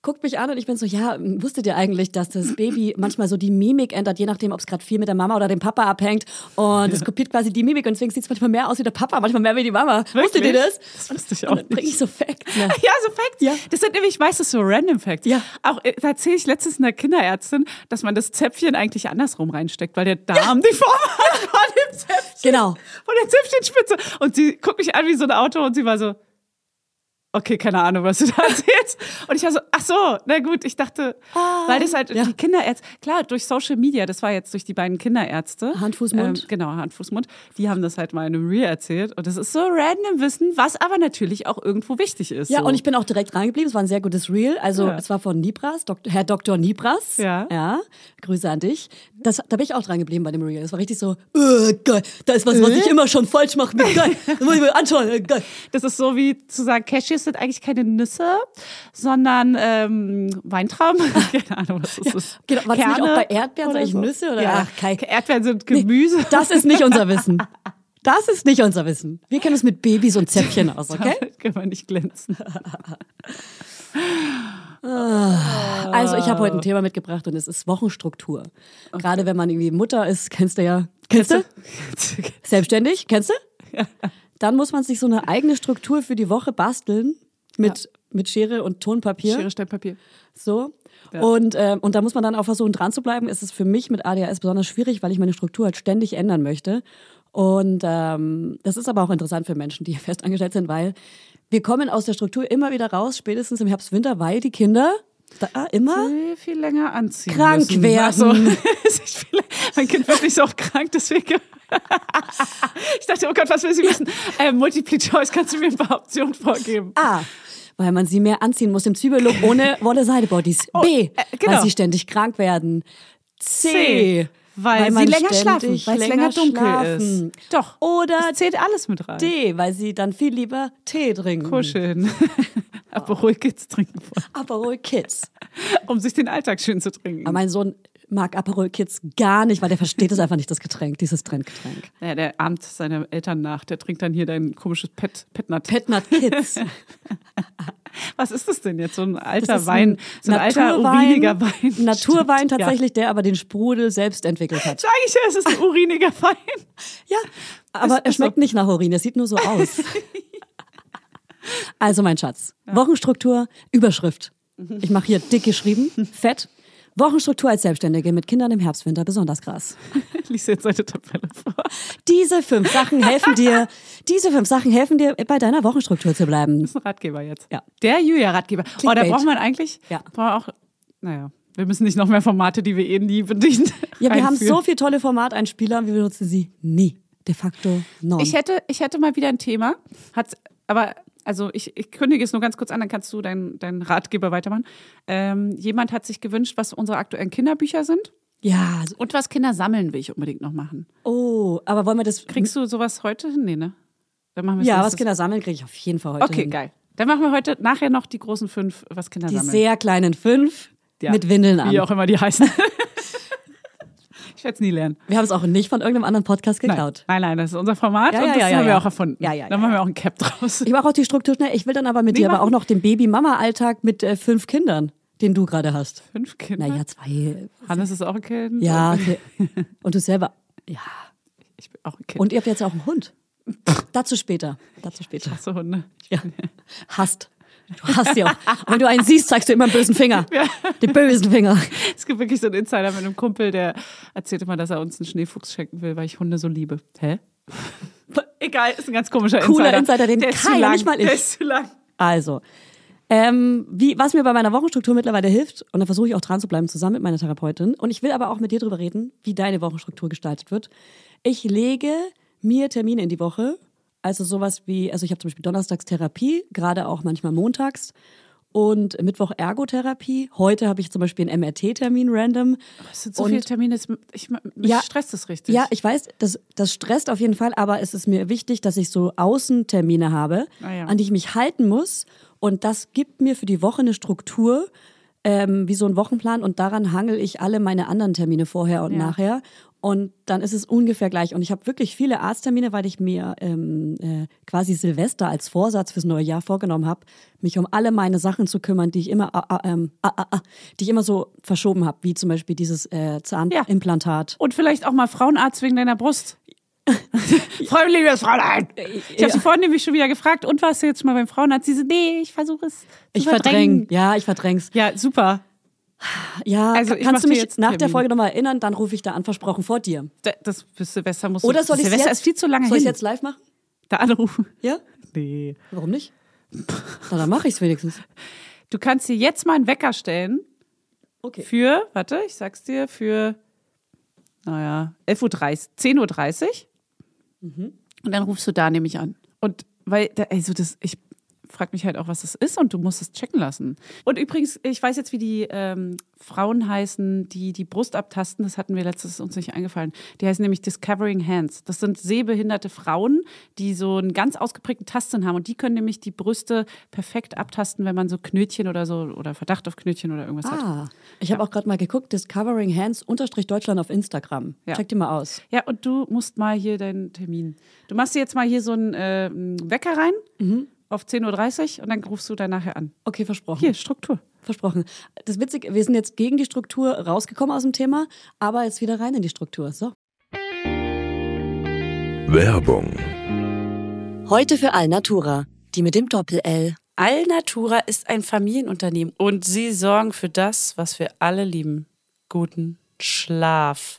Speaker 1: guckt mich an und ich bin so, ja, m, wusstet ihr eigentlich, dass das Baby manchmal so die Mimik ändert, je nachdem, ob es gerade viel mit der Mama oder dem Papa abhängt. Und es kopiert quasi die Mimik und deswegen sieht es manchmal mehr aus wie der Papa, manchmal mehr wie die Mama. Wusstet ihr
Speaker 2: Wirklich?
Speaker 1: das?
Speaker 2: Das wusste ich
Speaker 1: Und
Speaker 2: auch
Speaker 1: dann bring
Speaker 2: nicht.
Speaker 1: ich so Facts. Ne?
Speaker 2: Ja, so Facts.
Speaker 1: Ja.
Speaker 2: Das sind nämlich meistens so Random Facts.
Speaker 1: Ja.
Speaker 2: Auch äh, da erzähle ich letztens einer Kinderärztin, dass man das Zäpfchen eigentlich andersrum reinsteckt, weil der Darm die Form hat von dem Zäpfchen.
Speaker 1: Genau.
Speaker 2: Von der Zäpfchenspitze. Und sie guckt mich an wie so ein Auto und sie war so, okay, keine Ahnung, was du da erzählst. Und ich war so, ach so, na gut, ich dachte, weil das halt
Speaker 1: Ah. ja.
Speaker 2: die Kinderärzte, klar, durch Social Media, das war jetzt durch die beiden Kinderärzte.
Speaker 1: Hand, Fuß, Mund.
Speaker 2: genau, Hand, Fuß, Mund. Die haben das halt mal in einem Reel erzählt. Und das ist so random Wissen, was aber natürlich auch irgendwo wichtig ist.
Speaker 1: Ja,
Speaker 2: so.
Speaker 1: und ich bin auch direkt reingeblieben. Es war ein sehr gutes Reel. Also
Speaker 2: Ja.
Speaker 1: es war von Nibras, Dok Herr Dr. Nibras.
Speaker 2: Ja.
Speaker 1: ja. Grüße an dich. Das, da bin ich auch drangeblieben bei dem Reel. Das war richtig so, äh, geil, da ist was, was ich immer schon falsch mache. Geil, das muss ich mir anschauen. Äh, geil.
Speaker 2: Das ist so wie zu sagen, Cashews sind eigentlich keine Nüsse, sondern ähm, Weintrauben. keine Ahnung, was das ist.
Speaker 1: Genau, war das nicht
Speaker 2: Kerne
Speaker 1: auch bei Erdbeeren
Speaker 2: oder
Speaker 1: eigentlich Nüsse oder-
Speaker 2: Ja.
Speaker 1: Ach, Kai.
Speaker 2: Erdbeeren sind Gemüse.
Speaker 1: Das ist nicht unser Wissen. Das ist nicht unser Wissen. Wir kennen uns mit Babys und Zäpfchen aus, okay?
Speaker 2: Damit kann man nicht glänzen.
Speaker 1: Also ich habe heute ein Thema mitgebracht und es ist Wochenstruktur. Gerade wenn man irgendwie Mutter ist, kennst du ja, kennst du? Selbstständig, kennst du? Dann muss man sich so eine eigene Struktur für die Woche basteln mit, mit Schere und Tonpapier.
Speaker 2: Schere, Stein, Papier.
Speaker 1: So.
Speaker 2: Ja.
Speaker 1: Und, ähm, und da muss man dann auch versuchen, dran zu bleiben. Es ist für mich mit ADHS besonders schwierig, weil ich meine Struktur halt ständig ändern möchte. Und ähm, das ist aber auch interessant für Menschen, die festangestellt sind, weil wir kommen aus der Struktur immer wieder raus, spätestens im Herbst, Winter, weil die Kinder da ah, immer
Speaker 2: Viel, viel länger anziehen.
Speaker 1: Krank
Speaker 2: müssen.
Speaker 1: werden.
Speaker 2: Also, es ist viel- mein Kind wird nicht so oft krank, deswegen. ich dachte, oh Gott, was will sie wissen? Ähm, Multiple Choice, kannst du mir ein paar Optionen vorgeben?
Speaker 1: A. Weil man sie mehr anziehen muss im Zwiebellook ohne Wolle-Seide-Bodies. B.
Speaker 2: äh, genau.
Speaker 1: Weil sie ständig krank werden. C.
Speaker 2: C, weil sie
Speaker 1: man
Speaker 2: länger
Speaker 1: ständig
Speaker 2: schlafen, weil es länger dunkel
Speaker 1: schlafen.
Speaker 2: ist. Doch.
Speaker 1: Oder
Speaker 2: Da zählt alles mit rein. Oh,
Speaker 1: D. Weil sie dann viel lieber Tee trinken.
Speaker 2: Kuscheln. Aperol Kids trinken, wollen,
Speaker 1: Aperol Kids.
Speaker 2: um sich den Alltag schön zu trinken.
Speaker 1: Aber mein Sohn mag Aperol Kids gar nicht, weil der versteht es einfach nicht, das Getränk, dieses Trendgetränk.
Speaker 2: Ja, der ahmt seine Eltern nach. Der trinkt dann hier dein komisches Pet, Petnat.
Speaker 1: Petnat Kids.
Speaker 2: Was ist das denn jetzt? So ein alter
Speaker 1: Das ist
Speaker 2: Wein, so ein alter uriniger Wein.
Speaker 1: Naturwein
Speaker 2: Stimmt, ja.
Speaker 1: tatsächlich, der aber den Sprudel selbst entwickelt hat.
Speaker 2: Sag ich ja, es ist ein uriniger Wein.
Speaker 1: Ja, aber
Speaker 2: Ist-
Speaker 1: er
Speaker 2: ist so.
Speaker 1: schmeckt nicht nach Urin, er sieht nur so aus. also mein Schatz, Wochenstruktur, Überschrift. Ich mache hier dick geschrieben, fett. Wochenstruktur als Selbstständige mit Kindern im Herbst, Winter besonders krass.
Speaker 2: Lies jetzt eine Tabelle vor.
Speaker 1: Diese fünf Sachen helfen dir, diese fünf Sachen helfen dir, bei deiner Wochenstruktur zu bleiben.
Speaker 2: Das ist ein Ratgeber jetzt.
Speaker 1: Ja.
Speaker 2: Der Julia-Ratgeber. Oh, da
Speaker 1: Clickbait.
Speaker 2: braucht man eigentlich,
Speaker 1: Ja.
Speaker 2: braucht man auch, naja, wir müssen nicht noch mehr Formate, die wir eh nie bedienen.
Speaker 1: Ja, wir haben
Speaker 2: einführen.
Speaker 1: so viele tolle Formateinspieler und wir benutzen sie nie. De facto non.
Speaker 2: Ich hätte, ich hätte mal wieder ein Thema. Hat's, aber also ich, ich kündige es nur ganz kurz an, dann kannst du deinen deinen Ratgeber weitermachen. Ähm, jemand hat sich gewünscht, was unsere aktuellen Kinderbücher sind
Speaker 1: ja, so-
Speaker 2: und was Kinder sammeln will ich unbedingt noch machen.
Speaker 1: oh, aber wollen wir das
Speaker 2: Kriegst du sowas heute hin? Nee, ne? Dann machen wir
Speaker 1: Ja,
Speaker 2: nächstes-
Speaker 1: was Kinder sammeln, kriege ich auf jeden Fall heute.
Speaker 2: Okay,
Speaker 1: hin.
Speaker 2: geil. Dann machen wir heute nachher noch die großen fünf, was Kinder
Speaker 1: Die
Speaker 2: sammeln.
Speaker 1: sehr kleinen fünf
Speaker 2: Ja.
Speaker 1: mit Windeln an.
Speaker 2: Wie auch immer die heißen. ich werde es nie lernen.
Speaker 1: Wir haben es auch nicht von irgendeinem anderen Podcast
Speaker 2: Nein.
Speaker 1: geklaut.
Speaker 2: nein, nein, das ist unser Format
Speaker 1: Ja,
Speaker 2: und
Speaker 1: ja,
Speaker 2: das
Speaker 1: ja,
Speaker 2: haben
Speaker 1: ja.
Speaker 2: wir auch erfunden.
Speaker 1: Ja, ja,
Speaker 2: Dann
Speaker 1: ja,
Speaker 2: machen wir auch einen Cap draus.
Speaker 1: Ich mache auch die Struktur schnell. Ich will dann aber mit dir aber
Speaker 2: machen-
Speaker 1: auch noch den Baby-Mama-Alltag mit äh, fünf Kindern, den du gerade hast.
Speaker 2: Fünf Kinder.
Speaker 1: Naja, zwei.
Speaker 2: Hannes ist auch ein Kind.
Speaker 1: Ja, okay. und du selber. Ja.
Speaker 2: Ich bin auch ein Kind.
Speaker 1: Und ihr habt jetzt auch einen Hund. Dazu später. Dazu später.
Speaker 2: Hasse Hunde. Ich
Speaker 1: Ja. Hasst. Du hast sie auch. Und wenn du einen siehst, zeigst du immer einen bösen Finger. Den bösen Finger.
Speaker 2: Es gibt wirklich so einen Insider mit einem Kumpel, der erzählt immer, dass er uns einen Schneefuchs schenken will, weil ich Hunde so liebe. Hä? Egal, ist ein ganz komischer
Speaker 1: Cooler
Speaker 2: Insider.
Speaker 1: Insider, den
Speaker 2: der ist zu
Speaker 1: keiner,
Speaker 2: lang.
Speaker 1: nicht mal ich.
Speaker 2: Der ist zu lang.
Speaker 1: Also, ähm, wie, was mir bei meiner Wochenstruktur mittlerweile hilft, und da versuche ich auch dran zu bleiben, zusammen mit meiner Therapeutin, und ich will aber auch mit dir drüber reden, wie deine Wochenstruktur gestaltet wird. Ich lege mir Termine in die Woche, also sowas wie, also ich habe zum Beispiel Donnerstags Therapie, gerade auch manchmal montags. Und Mittwoch Ergotherapie. Heute habe ich zum Beispiel einen MRT-Termin random.
Speaker 2: Es sind so
Speaker 1: Und-
Speaker 2: viele Termine, es- ich, mich
Speaker 1: Ja.
Speaker 2: stresst das richtig.
Speaker 1: Ja, ich weiß, das, das stresst auf jeden Fall, aber es ist mir wichtig, dass ich so Außentermine habe,
Speaker 2: Ah ja.
Speaker 1: an die ich mich halten muss. Und das gibt mir für die Woche eine Struktur, ähm, wie so ein Wochenplan. Und daran hangel ich alle meine anderen Termine vorher und
Speaker 2: Ja.
Speaker 1: nachher. Und dann ist es ungefähr gleich. Und ich habe wirklich viele Arzttermine, weil ich mir ähm, äh, quasi Silvester als Vorsatz fürs neue Jahr vorgenommen habe, mich um alle meine Sachen zu kümmern, die ich immer, ah, ah, ähm, ah, ah, ah, die ich immer so verschoben habe, wie zum Beispiel dieses äh, Zahnimplantat.
Speaker 2: Und vielleicht auch mal Frauenarzt wegen deiner Brust. Frau, liebes Fräulein! Ich habe sie vorhin nämlich schon wieder gefragt, und warst du jetzt schon mal beim Frauenarzt? Sie so, nee, ich versuche es. zu
Speaker 1: Ich
Speaker 2: verdrängen.
Speaker 1: verdräng. Ja, ich verdräng's.
Speaker 2: Ja, super.
Speaker 1: Ja,
Speaker 2: Also,
Speaker 1: also
Speaker 2: ich mach
Speaker 1: kannst du
Speaker 2: dir
Speaker 1: mich
Speaker 2: jetzt
Speaker 1: nach der
Speaker 2: Termin.
Speaker 1: Folge nochmal erinnern, dann rufe ich da an, versprochen vor dir.
Speaker 2: Da- Das bis Silvester muss
Speaker 1: Oder soll ich
Speaker 2: Silvester
Speaker 1: jetzt,
Speaker 2: ist viel zu lange
Speaker 1: Soll ich
Speaker 2: hin.
Speaker 1: jetzt live machen?
Speaker 2: da anrufen.
Speaker 1: Ja?
Speaker 2: Nee.
Speaker 1: Warum nicht? Na, dann mache ich's wenigstens.
Speaker 2: Du kannst dir jetzt mal einen Wecker stellen
Speaker 1: Okay.
Speaker 2: für, warte, ich sag's dir, für, naja, 11.30 Uhr, 10.30 Uhr. Und dann rufst du da nämlich an. Und weil, da- also das, ich frag mich halt auch, was das ist und du musst es checken lassen. Und übrigens, ich weiß jetzt, wie die ähm, Frauen heißen, die die Brust abtasten. Das hatten wir letztes, ist uns nicht eingefallen. Die heißen nämlich Discovering Hands. Das sind sehbehinderte Frauen, die so einen ganz ausgeprägten Tastsinn haben. Und die können nämlich die Brüste perfekt abtasten, wenn man so Knötchen oder so, oder Verdacht auf Knötchen oder irgendwas hat.
Speaker 1: Ah, ich habe auch gerade mal geguckt, Discovering Hands unterstrich Deutschland auf Instagram.
Speaker 2: Ja.
Speaker 1: Check dir mal aus.
Speaker 2: Ja, und du musst mal hier deinen Termin. Du machst dir jetzt mal hier so einen äh, einen Wecker rein auf 10.30 Uhr und dann rufst du dann nachher an.
Speaker 1: Okay, versprochen.
Speaker 2: Hier, Struktur.
Speaker 1: Versprochen. Das Witzige, wir sind jetzt gegen die Struktur rausgekommen aus dem Thema, aber jetzt wieder rein in die Struktur. So.
Speaker 3: Werbung,
Speaker 1: Heute für Alnatura, die mit dem Doppel-L.
Speaker 4: Alnatura ist ein Familienunternehmen und sie sorgen für das, was wir alle lieben. Guten Schlaf.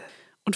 Speaker 4: Und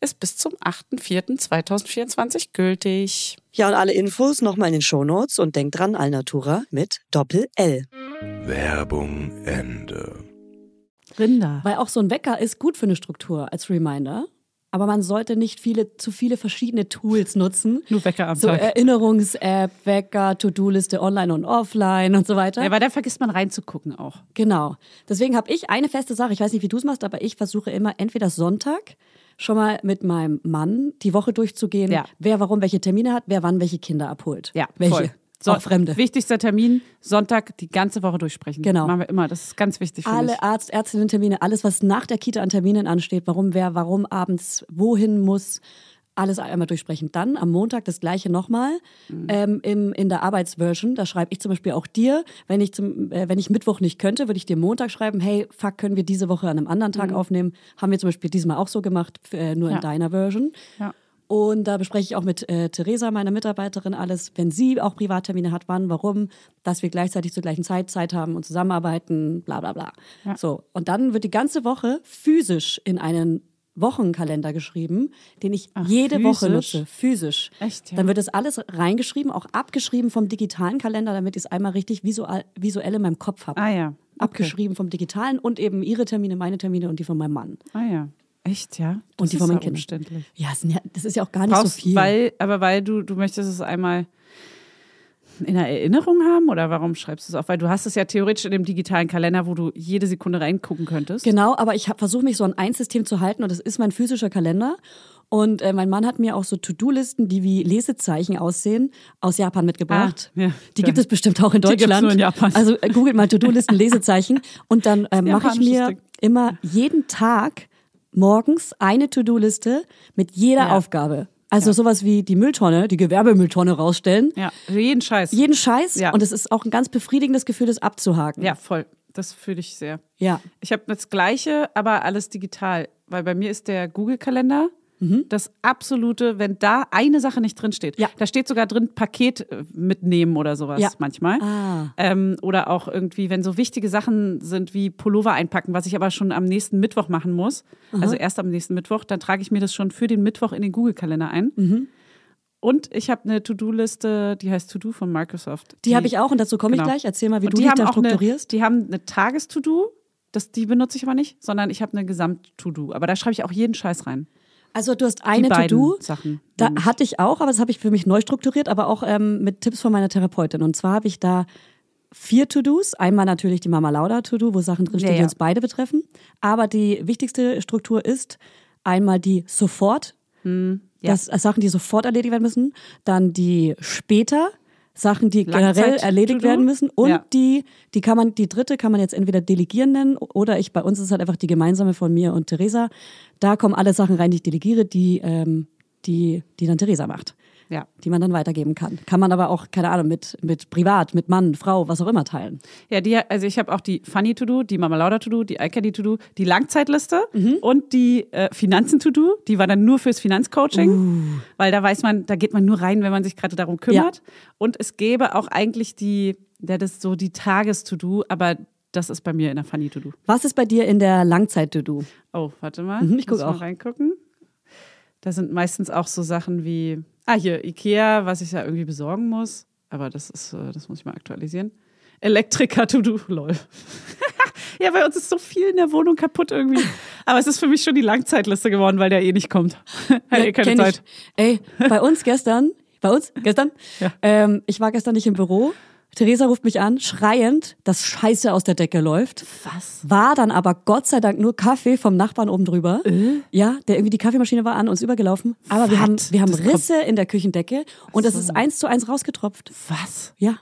Speaker 4: ist bis zum 8.4.2024 gültig.
Speaker 5: Ja, und alle Infos nochmal in den Shownotes und denkt dran, Alnatura mit Doppel-L.
Speaker 3: Werbung Ende.
Speaker 2: Rinder.
Speaker 1: Weil auch so ein Wecker ist gut für eine Struktur als Reminder. Aber man sollte nicht viele, zu viele verschiedene Tools nutzen.
Speaker 2: Nur Wecker am
Speaker 1: so
Speaker 2: Tag.
Speaker 1: Erinnerungs-App, Wecker, To-Do-Liste online und offline und so weiter.
Speaker 2: Ja, weil da vergisst man reinzugucken auch.
Speaker 1: Genau. Deswegen habe ich eine feste Sache. Ich weiß nicht, wie du es machst, aber ich versuche immer entweder Sonntag schon mal mit meinem Mann die Woche durchzugehen,
Speaker 2: Ja.
Speaker 1: wer warum welche Termine hat, wer wann welche Kinder abholt. welche.
Speaker 2: voll.
Speaker 1: So, auch Fremde.
Speaker 2: Wichtigster Termin, Sonntag die ganze Woche durchsprechen.
Speaker 1: Genau.
Speaker 2: Machen wir immer, das ist ganz wichtig für mich.
Speaker 1: Alle Arzt, Ärztinnen-Termine, alles, was nach der Kita an Terminen ansteht, warum wer, warum abends, wohin muss, alles einmal durchsprechen. Dann am Montag das gleiche nochmal
Speaker 2: Mhm.
Speaker 1: ähm, im, in der Arbeitsversion. Da schreibe ich zum Beispiel auch dir, wenn ich, zum, äh, wenn ich Mittwoch nicht könnte, würde ich dir Montag schreiben, hey, fuck, können wir diese Woche an einem anderen Tag aufnehmen. Haben wir zum Beispiel diesmal auch so gemacht, f- äh, nur
Speaker 2: Mhm. Ja.
Speaker 1: in deiner Version.
Speaker 2: Ja.
Speaker 1: Und da bespreche ich auch mit äh, Theresa, meiner Mitarbeiterin, alles, wenn sie auch Privattermine hat, wann, warum, dass wir gleichzeitig zur gleichen Zeit Zeit haben und zusammenarbeiten, bla bla bla. So, und dann wird die ganze Woche physisch in einen Wochenkalender geschrieben, den ich jede Woche
Speaker 2: physisch?
Speaker 1: nutze, physisch.
Speaker 2: Echt, ja.
Speaker 1: Dann wird das alles reingeschrieben, auch abgeschrieben vom digitalen Kalender, damit ich es einmal richtig visual, visuell in meinem Kopf habe.
Speaker 2: Ah ja. Okay.
Speaker 1: Abgeschrieben vom digitalen und eben ihre Termine, meine Termine und die von meinem Mann.
Speaker 2: Ah ja. Echt, ja? Das
Speaker 1: Und die
Speaker 2: ist
Speaker 1: von meinen
Speaker 2: ja
Speaker 1: Kindern.
Speaker 2: umständlich.
Speaker 1: Ja, es sind ja- das ist ja auch gar nicht
Speaker 2: Brauchst,
Speaker 1: so viel.
Speaker 2: Weil, aber weil du, du möchtest es einmal in der Erinnerung haben oder warum schreibst du es auf? Weil du hast es ja theoretisch in dem digitalen Kalender, wo du jede Sekunde reingucken könntest.
Speaker 1: Genau, aber ich versuche mich so an ein System zu halten und das ist mein physischer Kalender. Und äh, mein Mann hat mir auch so To-Do-Listen, die wie Lesezeichen aussehen, aus Japan mitgebracht.
Speaker 2: Ah, ja,
Speaker 1: die
Speaker 2: geil.
Speaker 1: gibt es bestimmt auch in
Speaker 2: Die gibt's
Speaker 1: Deutschland.
Speaker 2: nur in Japan.
Speaker 1: Also äh, googelt mal To-Do-Listen, Lesezeichen. Und dann äh, mache ich
Speaker 2: japanisches
Speaker 1: mir
Speaker 2: Ding.
Speaker 1: immer jeden Tag morgens eine To-Do-Liste mit jeder
Speaker 2: Ja.
Speaker 1: Aufgabe. Also sowas wie die Mülltonne, die Gewerbemülltonne rausstellen.
Speaker 2: Ja, jeden Scheiß.
Speaker 1: Jeden Scheiß.
Speaker 2: Ja.
Speaker 1: Und es ist auch ein ganz befriedigendes Gefühl, das abzuhaken.
Speaker 2: ja, voll. Das fühle ich sehr.
Speaker 1: Ja.
Speaker 2: Ich habe das Gleiche, aber alles digital. Weil bei mir ist der Google-Kalender das absolute, wenn da eine Sache nicht drin steht.
Speaker 1: Mhm. Ja.
Speaker 2: Da steht sogar drin, Paket äh, mitnehmen oder sowas
Speaker 1: Ja.
Speaker 2: manchmal.
Speaker 1: Ah.
Speaker 2: Ähm, oder auch irgendwie, wenn so wichtige Sachen sind wie Pullover einpacken, was ich aber schon am nächsten Mittwoch machen muss. Also erst am nächsten Mittwoch, dann trage ich mir das schon für den Mittwoch in den Google-Kalender ein.
Speaker 1: Mhm.
Speaker 2: Und ich habe eine To-Do-Liste, die heißt To-Do von Microsoft.
Speaker 1: Die habe ich auch und dazu komme
Speaker 2: Genau.
Speaker 1: ich gleich. Erzähl mal, wie
Speaker 2: Und
Speaker 1: du
Speaker 2: die
Speaker 1: dich
Speaker 2: haben
Speaker 1: da
Speaker 2: auch eine-
Speaker 1: strukturierst.
Speaker 2: Die haben eine Tages-To-Do, das- die benutze ich aber nicht, sondern ich habe eine Gesamt-To-Do. Aber da schreibe ich auch jeden Scheiß rein.
Speaker 1: also du hast eine
Speaker 2: beiden
Speaker 1: To-Do.
Speaker 2: Sachen.
Speaker 1: Da hatte ich auch, aber das habe ich für mich neu strukturiert, aber auch ähm, mit Tipps von meiner Therapeutin. Und zwar habe ich da vier To-Dos. Einmal natürlich die Mama Lauda To-Do, wo Sachen drinstehen,
Speaker 2: Ja,
Speaker 1: die
Speaker 2: ja.
Speaker 1: uns beide betreffen. Aber die wichtigste Struktur ist einmal die sofort,
Speaker 2: Hm,
Speaker 1: das, äh, Sachen, die sofort erledigt werden müssen. Dann die später, Sachen, die
Speaker 2: Langzeit-
Speaker 1: generell erledigt
Speaker 2: To-Do?
Speaker 1: werden müssen. Und
Speaker 2: Ja.
Speaker 1: die, die kann man, die dritte kann man jetzt entweder delegieren nennen oder ich, bei uns ist halt einfach die gemeinsame von mir und Theresa. Da kommen alle Sachen rein, die ich delegiere, die, ähm, die, die dann Theresa macht.
Speaker 2: Ja.
Speaker 1: Die man dann weitergeben kann. Kann man aber auch, keine Ahnung, mit, mit Privat, mit Mann, Frau, was auch immer teilen.
Speaker 2: Ja, die, also ich habe auch die Funny To Do, die Mama Lauda To Do, die Icady To Do, die Langzeitliste
Speaker 1: Mhm.
Speaker 2: und die äh, Finanzen To Do. Die war dann nur fürs
Speaker 1: Uh.
Speaker 2: Finanzcoaching, weil da weiß man, da geht man nur rein, wenn man sich gerade darum kümmert. Und es gäbe auch eigentlich die, ja, das ist so die Tages To Do, aber das ist bei mir in der Funny To Do.
Speaker 1: Was ist bei dir in der Langzeit-To-Do?
Speaker 2: Oh, warte mal.
Speaker 1: Mhm, ich guck
Speaker 2: Muss mal
Speaker 1: auch.
Speaker 2: reingucken. Da sind meistens auch so Sachen wie, ah, hier, Ikea, was ich ja irgendwie besorgen muss. Aber das ist, äh, das muss ich mal aktualisieren. Elektriker to do, lol. ja, Ja, bei uns ist so viel in der Wohnung kaputt irgendwie. Aber es ist für mich schon die Langzeitliste geworden, weil der eh nicht kommt. Hat eh keine
Speaker 1: kenn
Speaker 2: Zeit.
Speaker 1: Ich. Ey, bei uns gestern, bei uns gestern,
Speaker 2: Ja.
Speaker 1: ähm, ich war gestern nicht im Büro. Theresa ruft mich an, schreiend, dass Scheiße aus der Decke läuft.
Speaker 2: Was?
Speaker 1: War dann aber Gott sei Dank nur Kaffee vom Nachbarn oben drüber.
Speaker 2: Äh?
Speaker 1: Ja, der irgendwie die Kaffeemaschine war an uns übergelaufen. Aber wir
Speaker 2: What?
Speaker 1: haben, wir haben
Speaker 2: Das
Speaker 1: Risse in der Küchendecke und das ist eins zu eins rausgetropft.
Speaker 2: Was?
Speaker 1: Ja.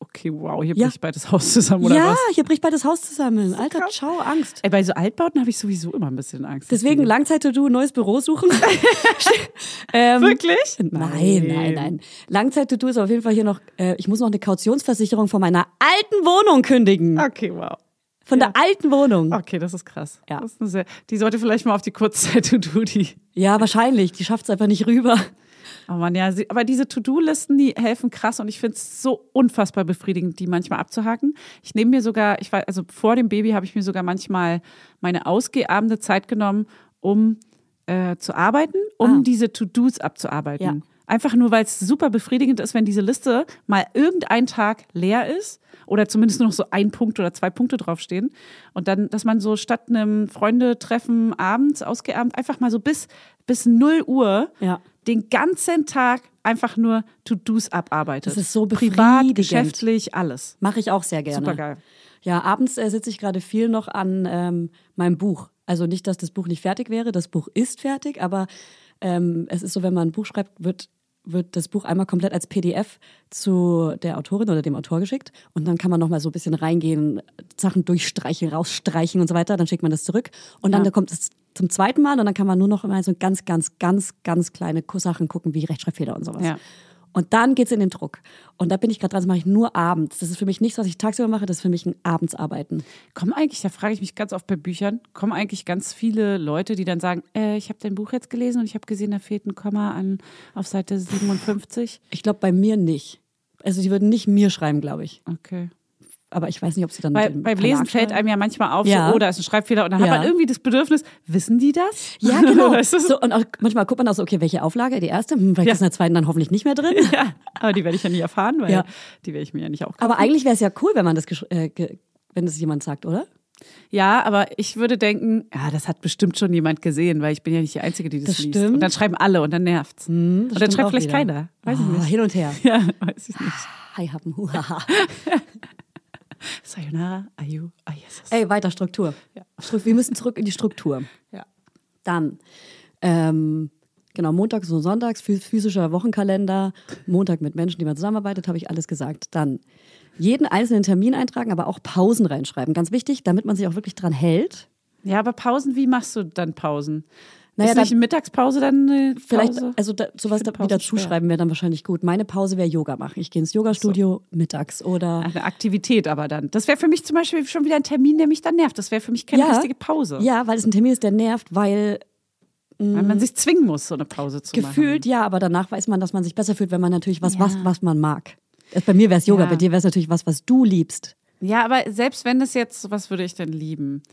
Speaker 2: Okay, wow, hier
Speaker 1: Ja.
Speaker 2: bricht beides Haus zusammen, oder
Speaker 1: ja,
Speaker 2: was?
Speaker 1: hier bricht beides Haus zusammen. Alter, ciao, Angst.
Speaker 2: Ey, bei so Altbauten habe ich sowieso immer ein bisschen Angst.
Speaker 1: Deswegen Langzeit-To-Do, neues Büro suchen. ähm,
Speaker 2: Wirklich?
Speaker 1: Nein, nein, nein. Langzeit-To-Do ist auf jeden Fall hier noch, äh, ich muss noch eine Kautionsversicherung von meiner alten Wohnung kündigen.
Speaker 2: Okay, wow.
Speaker 1: Von der alten Wohnung.
Speaker 2: Okay, das ist krass.
Speaker 1: Hm. Ja.
Speaker 2: Das ist eine sehr, die sollte vielleicht mal auf die Kurzzeit-To-Do, die.
Speaker 1: Ja, wahrscheinlich. Die schafft es einfach nicht rüber.
Speaker 2: Oh Mann, ja, sie, aber diese To-Do-Listen, die helfen krass und ich finde es so unfassbar befriedigend, die manchmal abzuhaken. Ich nehme mir sogar, ich war, also vor dem Baby habe ich mir sogar manchmal meine ausgehabende Zeit genommen, um äh, zu arbeiten, um
Speaker 1: Ah.
Speaker 2: diese To-Dos abzuarbeiten.
Speaker 1: Ja.
Speaker 2: Einfach nur, weil es super befriedigend ist, wenn diese Liste mal irgendein Tag leer ist oder zumindest nur noch so ein Punkt oder zwei Punkte draufstehen. Und dann, dass man so statt einem Freunde-Treffen abends, ausgeabend, einfach mal so bis, bis 0 Uhr
Speaker 1: Ja.
Speaker 2: den ganzen Tag einfach nur To-Dos abarbeitet.
Speaker 1: Das ist so
Speaker 2: Privat,
Speaker 1: befriedigend.
Speaker 2: geschäftlich, alles.
Speaker 1: Mache ich auch sehr gerne.
Speaker 2: Supergeil.
Speaker 1: Ja, abends äh, sitze ich gerade viel noch an ähm, meinem Buch. Also nicht, dass das Buch nicht fertig wäre, das Buch ist fertig, aber ähm, es ist so, wenn man ein Buch schreibt, wird, wird das Buch einmal komplett als PDF zu der Autorin oder dem Autor geschickt und dann kann man nochmal so ein bisschen reingehen, Sachen durchstreichen, rausstreichen und so weiter, dann schickt man das zurück und dann kommt es zum zweiten Mal und dann kann man nur noch immer so ganz, ganz, ganz, ganz kleine Sachen gucken, wie Rechtschreibfehler und sowas.
Speaker 2: Ja.
Speaker 1: Und dann geht's in den Druck. Und da bin ich gerade dran, das mache ich nur abends. Das ist für mich nichts, was ich tagsüber mache, das ist für mich ein Abendsarbeiten.
Speaker 2: Kommen eigentlich, da frage ich mich ganz oft bei Büchern, kommen eigentlich ganz viele Leute, die dann sagen, äh, ich habe dein Buch jetzt gelesen und ich habe gesehen, da fehlt ein Komma an, auf Seite 57.
Speaker 1: Ich glaube, bei mir nicht. Also die würden nicht mir schreiben, glaube ich.
Speaker 2: Okay.
Speaker 1: Aber ich weiß nicht, ob sie dann
Speaker 2: Bei,
Speaker 1: dem
Speaker 2: beim
Speaker 1: Verlag
Speaker 2: Lesen fällt
Speaker 1: schreiben.
Speaker 2: einem ja manchmal auf,
Speaker 1: Ja.
Speaker 2: so, oh, da ist ein Schreibfehler und dann
Speaker 1: Ja.
Speaker 2: hat man irgendwie das Bedürfnis, wissen die das?
Speaker 1: Ja, genau.
Speaker 2: Weißt du, so-
Speaker 1: so, und auch, manchmal guckt man auch so, okay, welche Auflage? Die erste? Hm, vielleicht ist in der zweiten dann hoffentlich nicht mehr drin.
Speaker 2: ja. Aber die werde ich ja nie erfahren, weil
Speaker 1: Ja.
Speaker 2: die werde ich mir ja nicht auch kaufen.
Speaker 1: Aber eigentlich wäre es ja cool, wenn man das, gesch- äh, ge wenn das jemand sagt, oder?
Speaker 2: Ja, aber ich würde denken, ja, das hat bestimmt schon jemand gesehen, weil ich bin ja nicht die Einzige, die das,
Speaker 1: Das
Speaker 2: liest.
Speaker 1: stimmt. Hm,
Speaker 2: Und dann schreiben alle und dann nervt's. und dann
Speaker 1: stimmt
Speaker 2: schreibt
Speaker 1: auch
Speaker 2: vielleicht
Speaker 1: wieder.
Speaker 2: keiner. Weiß
Speaker 1: Ah,
Speaker 2: ich nicht.
Speaker 1: Hin und her.
Speaker 2: Ja, weiß ich nicht.
Speaker 1: Hi, haben. huhaha.
Speaker 2: Sayonara, ayu, ah, Jesus.
Speaker 1: Ey, weiter Struktur. Stru- Wir müssen zurück in die Struktur.
Speaker 2: Ja.
Speaker 1: Dann, ähm, genau, montags und sonntags, phys- physischer Wochenkalender, Montag mit Menschen, die man zusammenarbeitet, habe ich alles gesagt. Dann jeden einzelnen Termin eintragen, aber auch Pausen reinschreiben. Ganz wichtig, damit man sich auch wirklich dran hält.
Speaker 2: ja, aber Pausen, wie machst du dann Pausen?
Speaker 1: Naja,
Speaker 2: Ist nicht
Speaker 1: dann-
Speaker 2: eine Mittagspause dann eine Pause?
Speaker 1: Vielleicht, also da, sowas
Speaker 2: finde
Speaker 1: da wieder
Speaker 2: Pausen schwer.
Speaker 1: zuschreiben wäre dann wahrscheinlich gut. Meine Pause wäre Yoga machen. Ich gehe ins Yogastudio mittags oder.
Speaker 2: eine Aktivität aber dann. Das wäre für mich zum Beispiel schon wieder ein Termin, der mich dann nervt. Das wäre für mich keine richtige Pause.
Speaker 1: Ja, weil es ein Termin ist, der nervt, weil
Speaker 2: Weil man sich zwingen muss, so eine Pause zu machen.
Speaker 1: Gefühlt ja, aber danach weiß man, dass man sich besser fühlt, wenn man natürlich was, was, was man mag. Also Bei mir wäre es Yoga,
Speaker 2: Ja.
Speaker 1: bei dir wäre es natürlich was, was du liebst.
Speaker 2: Ja, aber selbst wenn es jetzt, was würde ich denn lieben?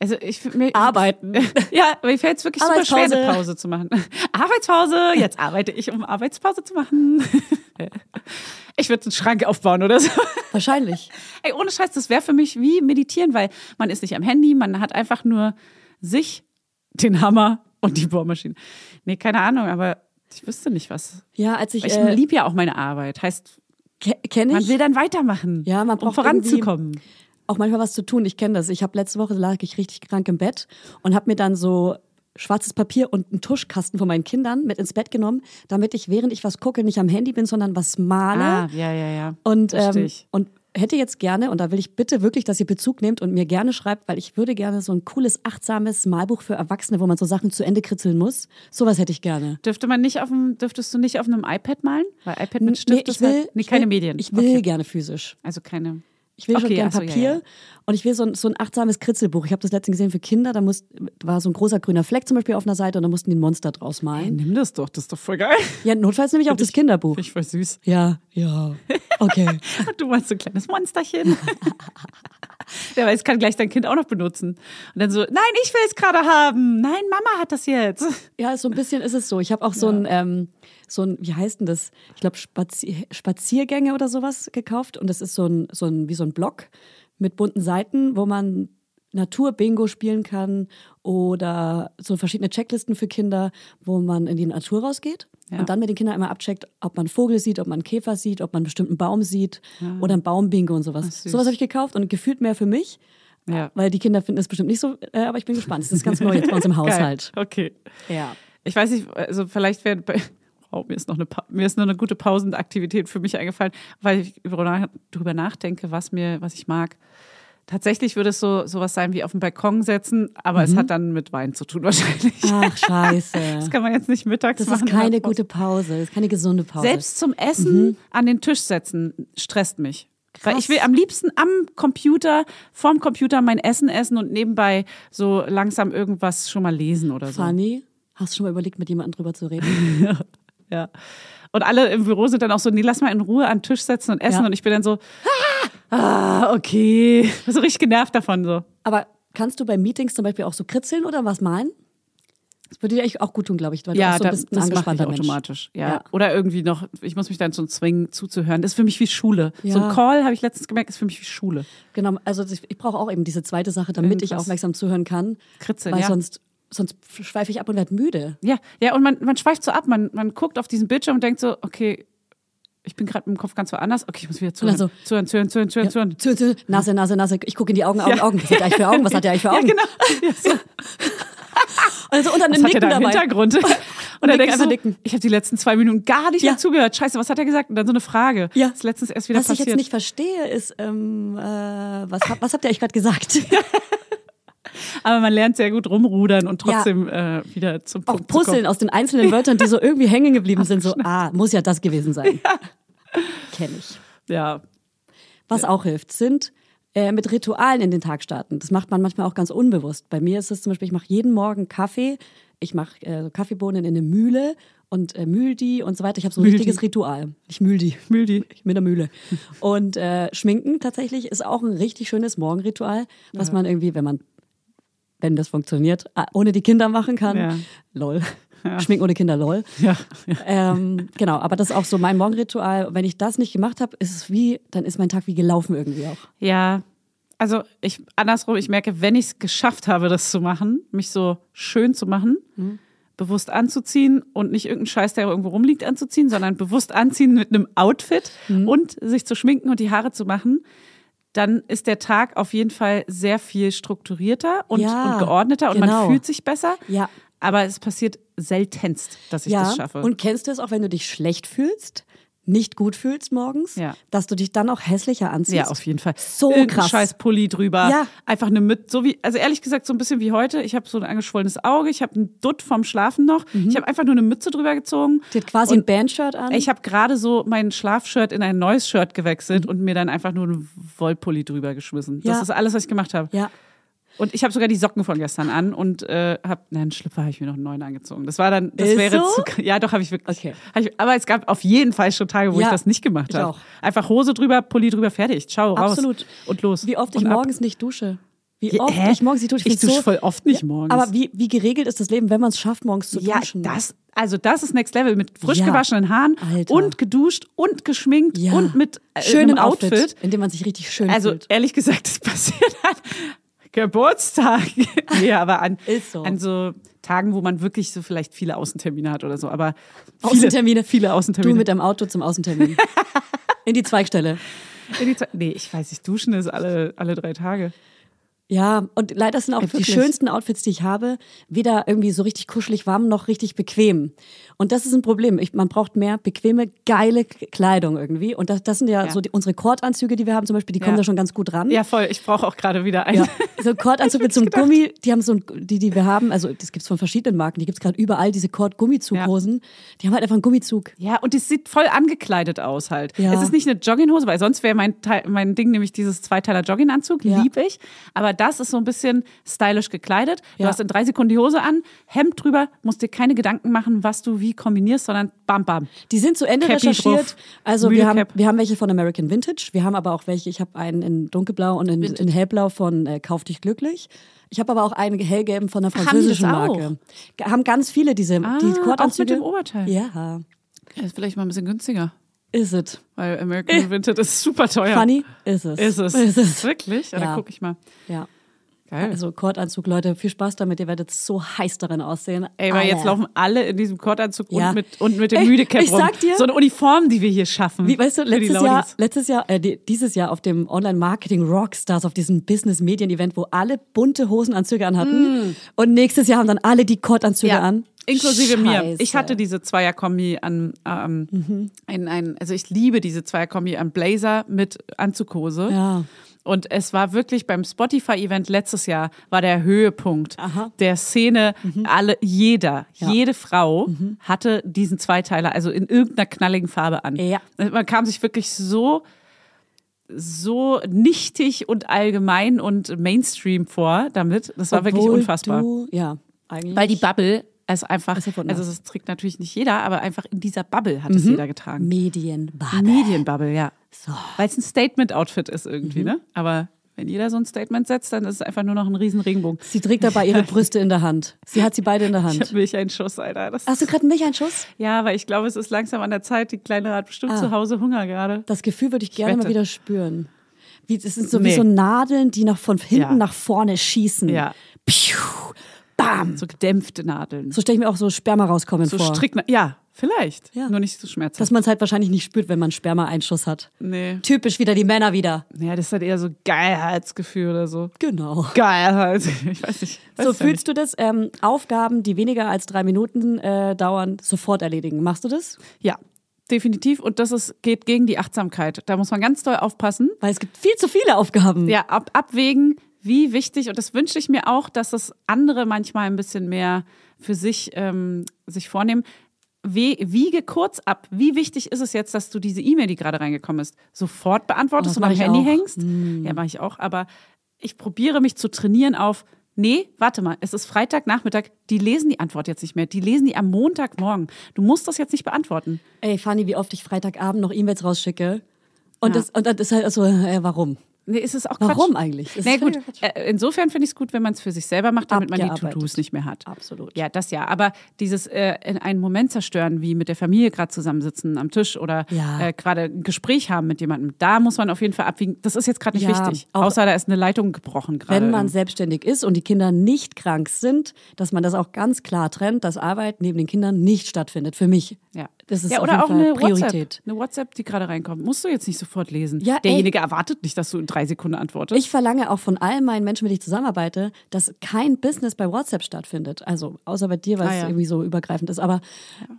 Speaker 2: Also ich find- mir,
Speaker 1: Arbeiten.
Speaker 2: Ja, mir fällt es wirklich super schwer,
Speaker 1: Arbeitspause.
Speaker 2: eine Pause zu machen. Arbeitspause, jetzt arbeite ich, um Arbeitspause zu machen. Ich würde einen Schrank aufbauen oder so.
Speaker 1: Wahrscheinlich.
Speaker 2: Ey, ohne Scheiß, das wäre für mich wie meditieren, weil man ist nicht am Handy, man hat einfach nur sich, den Hammer und die Bohrmaschine. Nee, keine Ahnung, aber ich wüsste nicht was.
Speaker 1: Ja, als ich,
Speaker 2: Ich
Speaker 1: äh,
Speaker 2: liebe ja auch meine Arbeit. Heißt,
Speaker 1: kenne
Speaker 2: man
Speaker 1: ich
Speaker 2: will dann weitermachen.
Speaker 1: Ja, man
Speaker 2: um
Speaker 1: braucht irgendwie-
Speaker 2: voranzukommen.
Speaker 1: auch manchmal was zu tun. Ich kenne das. Ich habe letzte Woche lag ich richtig krank im Bett und habe mir dann so schwarzes Papier und einen Tuschkasten von meinen Kindern mit ins Bett genommen, damit ich während ich was gucke nicht am Handy bin, sondern was male.
Speaker 2: Ah, ja, ja, ja.
Speaker 1: Und,
Speaker 2: Versteh
Speaker 1: ähm,
Speaker 2: ich.
Speaker 1: und hätte jetzt gerne, und da will ich bitte wirklich, dass ihr Bezug nehmt und mir gerne schreibt, weil ich würde gerne so ein cooles, achtsames Malbuch für Erwachsene, wo man so Sachen zu Ende kritzeln muss. Sowas hätte ich gerne.
Speaker 2: Dürfte man nicht auf dem, dürftest du nicht auf einem iPad malen? Weil iPad mit Stift
Speaker 1: ich
Speaker 2: ist halt, nee,
Speaker 1: ich
Speaker 2: keine
Speaker 1: will,
Speaker 2: Medien.
Speaker 1: Ich will
Speaker 2: Okay.
Speaker 1: gerne physisch.
Speaker 2: Also keine.
Speaker 1: Ich will schon
Speaker 2: Okay,
Speaker 1: gerne
Speaker 2: ach so, ja,
Speaker 1: Papier
Speaker 2: ja.
Speaker 1: und ich will so ein, so ein achtsames Kritzelbuch. Ich habe das letztens gesehen für Kinder, da muss, war so ein großer grüner Fleck zum Beispiel auf einer Seite und da mussten die ein Monster draus malen.
Speaker 2: Nimm das doch, das ist doch voll geil.
Speaker 1: Ja, notfalls nehme ich auch das Kinderbuch.
Speaker 2: Ich voll süß.
Speaker 1: Ja, ja, okay.
Speaker 2: Du meinst so ein kleines Monsterchen. Ja, weil es kann gleich dein Kind auch noch benutzen. Und dann so, nein, ich will es gerade haben. Nein, Mama hat das jetzt.
Speaker 1: Ja, so ein bisschen ist es so. Ich habe auch so ein, ähm, so ein, wie heißt denn das? Ich glaube, Spazi Spaziergänge oder sowas gekauft. Und das ist so ein, so ein, wie so ein Block mit bunten Seiten, wo man Natur-Bingo spielen kann oder so verschiedene Checklisten für Kinder, wo man in die Natur rausgeht
Speaker 2: Ja.
Speaker 1: und dann mit den Kindern einmal abcheckt, ob man einen Vogel sieht, ob man einen Käfer sieht, ob man einen bestimmten Baum sieht oder ein Baumbingo und sowas.
Speaker 2: Ah. süß.
Speaker 1: Sowas habe ich gekauft und gefühlt mehr für mich,
Speaker 2: Ja.
Speaker 1: weil die Kinder finden es bestimmt nicht so, äh, aber ich bin gespannt. Es ist ganz neu jetzt bei uns im Haushalt.
Speaker 2: Geil. Okay.
Speaker 1: Ja.
Speaker 2: Ich weiß nicht, also vielleicht wäre bei. Oh, mir ist noch eine Pa- mir ist noch eine gute Pausenaktivität für mich eingefallen, weil ich darüber nachdenke, was mir, was ich mag. Tatsächlich würde es so sowas sein wie auf dem Balkon setzen, aber
Speaker 1: Mhm.
Speaker 2: es hat dann mit Wein zu tun wahrscheinlich.
Speaker 1: Ach, scheiße.
Speaker 2: Das kann man jetzt nicht mittags
Speaker 1: Ah. Das
Speaker 2: machen.
Speaker 1: ist keine
Speaker 2: in der Pause.
Speaker 1: gute Mhm. Pause, das ist keine gesunde Pause.
Speaker 2: Selbst zum Essen an den Tisch setzen stresst mich. Weil ich will am liebsten am Computer, vorm Computer mein Essen essen und nebenbei so langsam irgendwas schon mal lesen oder so.
Speaker 1: Fanny, hast du schon mal überlegt, mit jemandem drüber zu reden?
Speaker 2: Ja. Und alle im Büro sind dann auch so, nee, lass mal in Ruhe an den Tisch setzen und essen.
Speaker 1: Ja.
Speaker 2: Und ich bin dann so, ah, ah, okay. So richtig genervt davon. So.
Speaker 1: Aber kannst du bei Meetings zum Beispiel auch so kritzeln oder was malen? Das würde dir eigentlich auch gut tun, glaube ich, weil du auch so ein
Speaker 2: da-
Speaker 1: bisschen
Speaker 2: das mache ich
Speaker 1: angespannter Mensch.
Speaker 2: automatisch. Ja.
Speaker 1: Ja.
Speaker 2: Oder irgendwie noch, ich muss mich dann so zwingen, zuzuhören. Das ist für mich wie Schule. So
Speaker 1: Ja.
Speaker 2: ein Call, habe ich letztens gemerkt, ist für mich wie Schule.
Speaker 1: Genau, also ich, ich brauche auch eben diese zweite Sache, damit ich
Speaker 2: Irgendwas.
Speaker 1: aufmerksam zuhören kann.
Speaker 2: Kritzeln,
Speaker 1: weil
Speaker 2: ja.
Speaker 1: sonst, sonst schweife ich ab und werde müde.
Speaker 2: Ja, ja, und man, man schweift so ab. Man, man guckt auf diesen Bildschirm und denkt so, okay, ich bin gerade im Kopf ganz woanders. Okay, ich muss wieder zuhören.
Speaker 1: dann
Speaker 2: zuhören, zuhören, zuhören, zuhören,
Speaker 1: Ja,
Speaker 2: zuhören.
Speaker 1: zö, zö, Nase, Nase, Nase. Ich gucke in die Augen, Augen, Augen. Was hat der eigentlich für Augen? Was hat der eigentlich für Augen?
Speaker 2: genau. Ja, so.
Speaker 1: Also, und dann
Speaker 2: Was hat
Speaker 1: nicken
Speaker 2: er da im
Speaker 1: dabei.
Speaker 2: Hintergrund? Und
Speaker 1: Nicken,
Speaker 2: dann denkst
Speaker 1: einfach
Speaker 2: du,
Speaker 1: nicken.
Speaker 2: ich habe die letzten zwei Minuten gar nicht
Speaker 1: Ja.
Speaker 2: mehr zugehört. Scheiße, was hat er gesagt? Und dann so eine Frage.
Speaker 1: Ja.
Speaker 2: Ist letztens erst wieder
Speaker 1: Was ich
Speaker 2: passiert.
Speaker 1: jetzt nicht verstehe, ist, ähm, äh, was, hab- was habt ihr euch gerade gesagt?
Speaker 2: Aber man lernt sehr gut rumrudern und
Speaker 1: Ja.
Speaker 2: trotzdem äh, wieder zum
Speaker 1: auch
Speaker 2: Punkt zu
Speaker 1: puzzeln
Speaker 2: kommen.
Speaker 1: aus den einzelnen Wörtern, die so irgendwie hängen geblieben sind. So, ah, muss ja das gewesen sein. Kenn ich.
Speaker 2: Ja.
Speaker 1: Was auch hilft, sind äh, mit Ritualen in den Tag starten. Das macht man manchmal auch ganz unbewusst. Bei mir ist es zum Beispiel, ich mache jeden Morgen Kaffee. Ich mache äh, Kaffeebohnen in eine Mühle und äh, mühl die und so weiter. Ich habe so ein
Speaker 2: Mühl die.
Speaker 1: richtiges Ritual. Ich mühl die.
Speaker 2: Mühl die.
Speaker 1: Ich mit der Mühle. Und äh, Schminken tatsächlich ist auch ein richtig schönes Morgenritual, was man irgendwie, wenn man wenn das funktioniert, ah, ohne die Kinder machen kann.
Speaker 2: Ja.
Speaker 1: Lol. Schminken ohne Kinder, lol.
Speaker 2: Ja. ja.
Speaker 1: Ähm, genau, aber das ist auch so mein Morgenritual. Wenn ich das nicht gemacht habe, ist es wie, dann ist mein Tag wie gelaufen irgendwie auch.
Speaker 2: Ja. Also ich andersrum, ich merke, wenn ich es geschafft habe, das zu machen, mich so schön zu machen,
Speaker 1: Mhm.
Speaker 2: bewusst anzuziehen und nicht irgendeinen Scheiß, der irgendwo rumliegt, anzuziehen, sondern bewusst anziehen mit einem Outfit
Speaker 1: Mhm.
Speaker 2: und sich zu schminken und die Haare zu machen, dann ist der Tag auf jeden Fall sehr viel strukturierter und,
Speaker 1: Ja,
Speaker 2: und geordneter und
Speaker 1: genau.
Speaker 2: man fühlt sich besser.
Speaker 1: Ja.
Speaker 2: Aber es passiert seltenst, dass ich das schaffe.
Speaker 1: Und kennst du es auch, wenn du dich schlecht fühlst, nicht gut fühlst morgens,
Speaker 2: Ja.
Speaker 1: dass du dich dann auch hässlicher anziehst?
Speaker 2: Ja, auf jeden Fall.
Speaker 1: So
Speaker 2: Irgendein
Speaker 1: krass.
Speaker 2: Scheiß Pulli drüber.
Speaker 1: Ja.
Speaker 2: Einfach eine mit, so wie, also ehrlich gesagt, so ein bisschen wie heute. Ich habe so ein angeschwollenes Auge, ich habe einen Dutt vom Schlafen noch.
Speaker 1: Mhm.
Speaker 2: Ich habe einfach nur eine Mütze drüber gezogen.
Speaker 1: Die hat quasi ein
Speaker 2: und
Speaker 1: Bandshirt an.
Speaker 2: ich habe gerade so mein Schlafshirt in ein neues Shirt gewechselt und mir dann einfach nur einen Wollpulli drüber geschmissen.
Speaker 1: Mhm. Ja.
Speaker 2: Das ist alles, was ich gemacht habe.
Speaker 1: ja.
Speaker 2: Und ich habe sogar die Socken von gestern an und äh, habe, nein, einen Schlüpfer habe ich mir noch einen neuen angezogen. Das war dann, das
Speaker 1: Ist
Speaker 2: wäre
Speaker 1: so?
Speaker 2: zu, ja, doch habe ich wirklich.
Speaker 1: Okay.
Speaker 2: Hab ich, aber es gab auf jeden Fall schon Tage, wo
Speaker 1: Ja,
Speaker 2: ich das nicht gemacht
Speaker 1: ich
Speaker 2: habe.
Speaker 1: auch.
Speaker 2: Einfach Hose drüber, Pulli drüber, fertig. Ciao, raus.
Speaker 1: Absolut.
Speaker 2: Und los.
Speaker 1: Wie oft ich
Speaker 2: und ab.
Speaker 1: morgens nicht dusche. Wie
Speaker 2: Ja,
Speaker 1: oft
Speaker 2: hä?
Speaker 1: ich morgens nicht dusche.
Speaker 2: Ich
Speaker 1: find's
Speaker 2: dusche voll oft nicht morgens.
Speaker 1: Aber wie, wie geregelt ist das Leben, wenn man es schafft, morgens zu
Speaker 2: Ja,
Speaker 1: duschen?
Speaker 2: das, also das ist Next Level mit frisch
Speaker 1: Ja.
Speaker 2: gewaschenen Haaren
Speaker 1: Alter.
Speaker 2: und geduscht und geschminkt
Speaker 1: ja.
Speaker 2: und mit äh,
Speaker 1: schönen
Speaker 2: einem Outfit.
Speaker 1: in dem man sich richtig schön
Speaker 2: Also
Speaker 1: fühlt.
Speaker 2: ehrlich gesagt, das passiert an Geburtstag. nee, aber an,
Speaker 1: Ist so.
Speaker 2: an so Tagen, wo man wirklich so vielleicht viele Außentermine hat oder so. Aber viele,
Speaker 1: Außentermine.
Speaker 2: Viele Außentermine.
Speaker 1: Du mit deinem Auto zum Außentermin. in die Zweigstelle.
Speaker 2: In die Zeit- nee, ich weiß nicht, duschen ist alle, alle drei Tage.
Speaker 1: Ja, und leider sind auch
Speaker 2: Ey,
Speaker 1: die
Speaker 2: wirklich?
Speaker 1: schönsten Outfits, die ich habe, weder irgendwie so richtig kuschelig warm noch richtig bequem. Und das ist ein Problem. Ich, man braucht mehr bequeme, geile K- Kleidung irgendwie. Und das, das sind ja,
Speaker 2: Ja.
Speaker 1: so die, unsere Kordanzüge, die wir haben zum Beispiel, die kommen
Speaker 2: Ja.
Speaker 1: da schon ganz gut ran.
Speaker 2: Ja, voll. Ich brauche auch gerade wieder einen.
Speaker 1: Hm? Ja, so Kordanzüge zum Gummi, die haben so ein, die, die wir haben, also das gibt's von verschiedenen Marken, die gibt's gerade überall, diese Kord-Gummizughosen, die haben halt einfach einen Gummizug.
Speaker 2: Ja, und es sieht voll angekleidet aus halt.
Speaker 1: Ja.
Speaker 2: Es ist nicht eine Jogginghose, weil sonst wäre mein, Teil- mein Ding nämlich dieses Zweiteiler Jogginganzug,
Speaker 1: Ja.
Speaker 2: lieb ich. Aber das ist so ein bisschen stylisch gekleidet. Du
Speaker 1: Ja.
Speaker 2: hast in drei Sekunden die Hose an, Hemd drüber, musst dir keine Gedanken machen, was du wie kombinierst, sondern bam, bam.
Speaker 1: Die sind zu Ende
Speaker 2: Cappy
Speaker 1: recherchiert.
Speaker 2: drauf.
Speaker 1: Also
Speaker 2: Mühle
Speaker 1: wir haben,
Speaker 2: Cap.
Speaker 1: wir haben welche von American Vintage, wir haben aber auch welche, ich habe einen in dunkelblau und in, in hellblau von äh, Kauf dich glücklich. Ich habe aber auch einen hellgelben von einer
Speaker 2: die das
Speaker 1: französischen
Speaker 2: auch?
Speaker 1: Marke. G- Haben ganz viele diese
Speaker 2: Ah,
Speaker 1: die Kordanzüge.
Speaker 2: auch mit dem Oberteil.
Speaker 1: Ja,
Speaker 2: Ja, ist vielleicht mal ein bisschen günstiger,
Speaker 1: ist es.
Speaker 2: weil American Vinted ist super teuer.
Speaker 1: Äh. Funny, ist es.
Speaker 2: Ist es.
Speaker 1: Ist es.
Speaker 2: Wirklich? Ja,
Speaker 1: Ja.
Speaker 2: dann guck ich mal.
Speaker 1: Ja.
Speaker 2: Geil.
Speaker 1: Also Kordanzug, Leute, viel Spaß damit. Ihr werdet so heiß darin aussehen.
Speaker 2: Ey, weil jetzt
Speaker 1: Alle.
Speaker 2: laufen alle in diesem Kordanzug
Speaker 1: Ah, Ja.
Speaker 2: und, mit, und mit dem
Speaker 1: Ey,
Speaker 2: Müdecap
Speaker 1: ich
Speaker 2: rum.
Speaker 1: sag dir-
Speaker 2: so eine Uniform, die wir hier schaffen.
Speaker 1: Wie, weißt du,
Speaker 2: für die
Speaker 1: letztes
Speaker 2: Laudis.
Speaker 1: Jahr, letztes Jahr äh, die- dieses Jahr auf dem Online-Marketing Rockstars, auf diesem Business-Medien-Event, wo alle bunte Hosenanzüge anhatten. Und nächstes Jahr haben dann alle die Kordanzüge
Speaker 2: Mm. Ja,
Speaker 1: an.
Speaker 2: Inklusive mir.
Speaker 1: Scheiße. Mhm.
Speaker 2: Ich hatte diese Zweierkombi an, ähm, ein, ein, also ich liebe diese Zweierkombi an Blazer mit Anzughose.
Speaker 1: Ja.
Speaker 2: Und es war wirklich beim Spotify-Event letztes Jahr war der Höhepunkt der Szene.
Speaker 1: Mhm.
Speaker 2: Alle, jeder, jede Frau hatte diesen Zweiteiler, also in irgendeiner knalligen Farbe an.
Speaker 1: Ja.
Speaker 2: Man kam sich wirklich so so nichtig und allgemein und Mainstream vor damit. Das war wirklich
Speaker 1: Obwohl
Speaker 2: unfassbar.
Speaker 1: Du, ja, eigentlich.
Speaker 2: Weil die Bubble es einfach,
Speaker 1: erfunden
Speaker 2: also
Speaker 1: hat.
Speaker 2: das trägt natürlich nicht jeder, aber einfach in dieser Bubble hat
Speaker 1: Mhm.
Speaker 2: es jeder getragen.
Speaker 1: Medien
Speaker 2: Medienbubble, ja. Weil es ein Statement-Outfit ist irgendwie,
Speaker 1: Mhm.
Speaker 2: ne? Aber wenn jeder so ein Statement setzt, dann ist es einfach nur noch ein riesen Regenbogen.
Speaker 1: Sie trägt dabei ihre Brüste in der Hand. Sie hat sie beide in der
Speaker 2: Ich hab
Speaker 1: Hand.
Speaker 2: mich einen Schuss, Alter. Das,
Speaker 1: Hast du gerade mich einen Schuss?
Speaker 2: ja, aber ich glaube, es ist langsam an der Zeit. Die Kleine hat bestimmt
Speaker 1: Ah.
Speaker 2: zu Hause Hunger gerade.
Speaker 1: Das Gefühl würde ich gerne mal
Speaker 2: wette.
Speaker 1: wieder spüren. Wie, das sind so wie
Speaker 2: Nee.
Speaker 1: so Nadeln, die nach, von hinten
Speaker 2: Ja.
Speaker 1: nach vorne schießen.
Speaker 2: Ja.
Speaker 1: Piu, bam.
Speaker 2: So gedämpfte Nadeln.
Speaker 1: So stelle ich mir auch so Sperma rauskommen
Speaker 2: So,
Speaker 1: vor.
Speaker 2: Strickna- Ja, vielleicht.
Speaker 1: Ja.
Speaker 2: Nur nicht so schmerzhaft.
Speaker 1: Dass man es halt wahrscheinlich nicht spürt, wenn man Sperma-Einschuss hat.
Speaker 2: nee.
Speaker 1: Typisch wieder die Männer wieder.
Speaker 2: Ja, das ist halt eher so Geilheitsgefühl oder so.
Speaker 1: Genau.
Speaker 2: Geilheit. Ich weiß nicht. Weiß
Speaker 1: So
Speaker 2: ja nicht.
Speaker 1: fühlst du das? Ähm, Aufgaben, die weniger als drei Minuten äh, dauern, sofort erledigen. Machst du das?
Speaker 2: Ja, definitiv. Und das ist, geht gegen die Achtsamkeit. Da muss man ganz doll aufpassen.
Speaker 1: Weil es gibt viel zu viele Aufgaben.
Speaker 2: Ja, ab, abwägen, wie wichtig. Und das wünsche ich mir auch, dass das andere manchmal ein bisschen mehr für sich, ähm, sich vornehmen. We, wiege kurz ab, wie wichtig ist es jetzt, dass du diese E-Mail, die gerade reingekommen ist, sofort beantwortest
Speaker 1: Oh, das
Speaker 2: und
Speaker 1: mach
Speaker 2: am
Speaker 1: ich
Speaker 2: Handy
Speaker 1: auch. Hm.
Speaker 2: hängst? Ja, mache ich auch. Aber ich probiere mich zu trainieren auf, nee, warte mal, es ist Freitagnachmittag, die lesen die Antwort jetzt nicht mehr. Die lesen die am Montagmorgen. Du musst das jetzt nicht beantworten.
Speaker 1: Ey, Fanny, wie oft ich Freitagabend noch E-Mails rausschicke. Und,
Speaker 2: Ja.
Speaker 1: das, und das ist halt so, äh, warum?
Speaker 2: Nee, ist es auch
Speaker 1: Warum
Speaker 2: Quatsch.
Speaker 1: eigentlich? Das ist
Speaker 2: Na nee, gut,
Speaker 1: völliger Quatsch.
Speaker 2: äh, insofern finde ich es gut, wenn man es für sich selber macht, damit man die
Speaker 1: Abgearbeitet.
Speaker 2: To-Dos nicht mehr hat.
Speaker 1: Absolut.
Speaker 2: Ja, das ja. Aber dieses äh, in einen Moment zerstören, wie mit der Familie gerade zusammensitzen am Tisch oder
Speaker 1: Ja.
Speaker 2: äh, gerade ein Gespräch haben mit jemandem, da muss man auf jeden Fall abwiegen. Das ist jetzt gerade nicht
Speaker 1: Ja,
Speaker 2: wichtig.
Speaker 1: auch-
Speaker 2: Außer da ist eine Leitung gebrochen gerade.
Speaker 1: Wenn man
Speaker 2: irgendwie.
Speaker 1: selbstständig ist und die Kinder nicht krank sind, dass man das auch ganz klar trennt, dass Arbeit neben den Kindern nicht stattfindet. Für mich.
Speaker 2: ja.
Speaker 1: Das ist
Speaker 2: ja,
Speaker 1: auf
Speaker 2: oder
Speaker 1: jeden
Speaker 2: auch
Speaker 1: Fall
Speaker 2: eine
Speaker 1: Priorität.
Speaker 2: WhatsApp, eine WhatsApp, die gerade reinkommt, musst du jetzt nicht sofort lesen.
Speaker 1: Ja, ey.
Speaker 2: Derjenige erwartet nicht, dass du in drei Sekunden antwortest.
Speaker 1: Ich verlange auch von all meinen Menschen, mit denen ich zusammenarbeite, dass kein Business bei WhatsApp stattfindet. Also außer bei dir, weil
Speaker 2: Ah,
Speaker 1: es
Speaker 2: ja.
Speaker 1: irgendwie so übergreifend ist. Aber,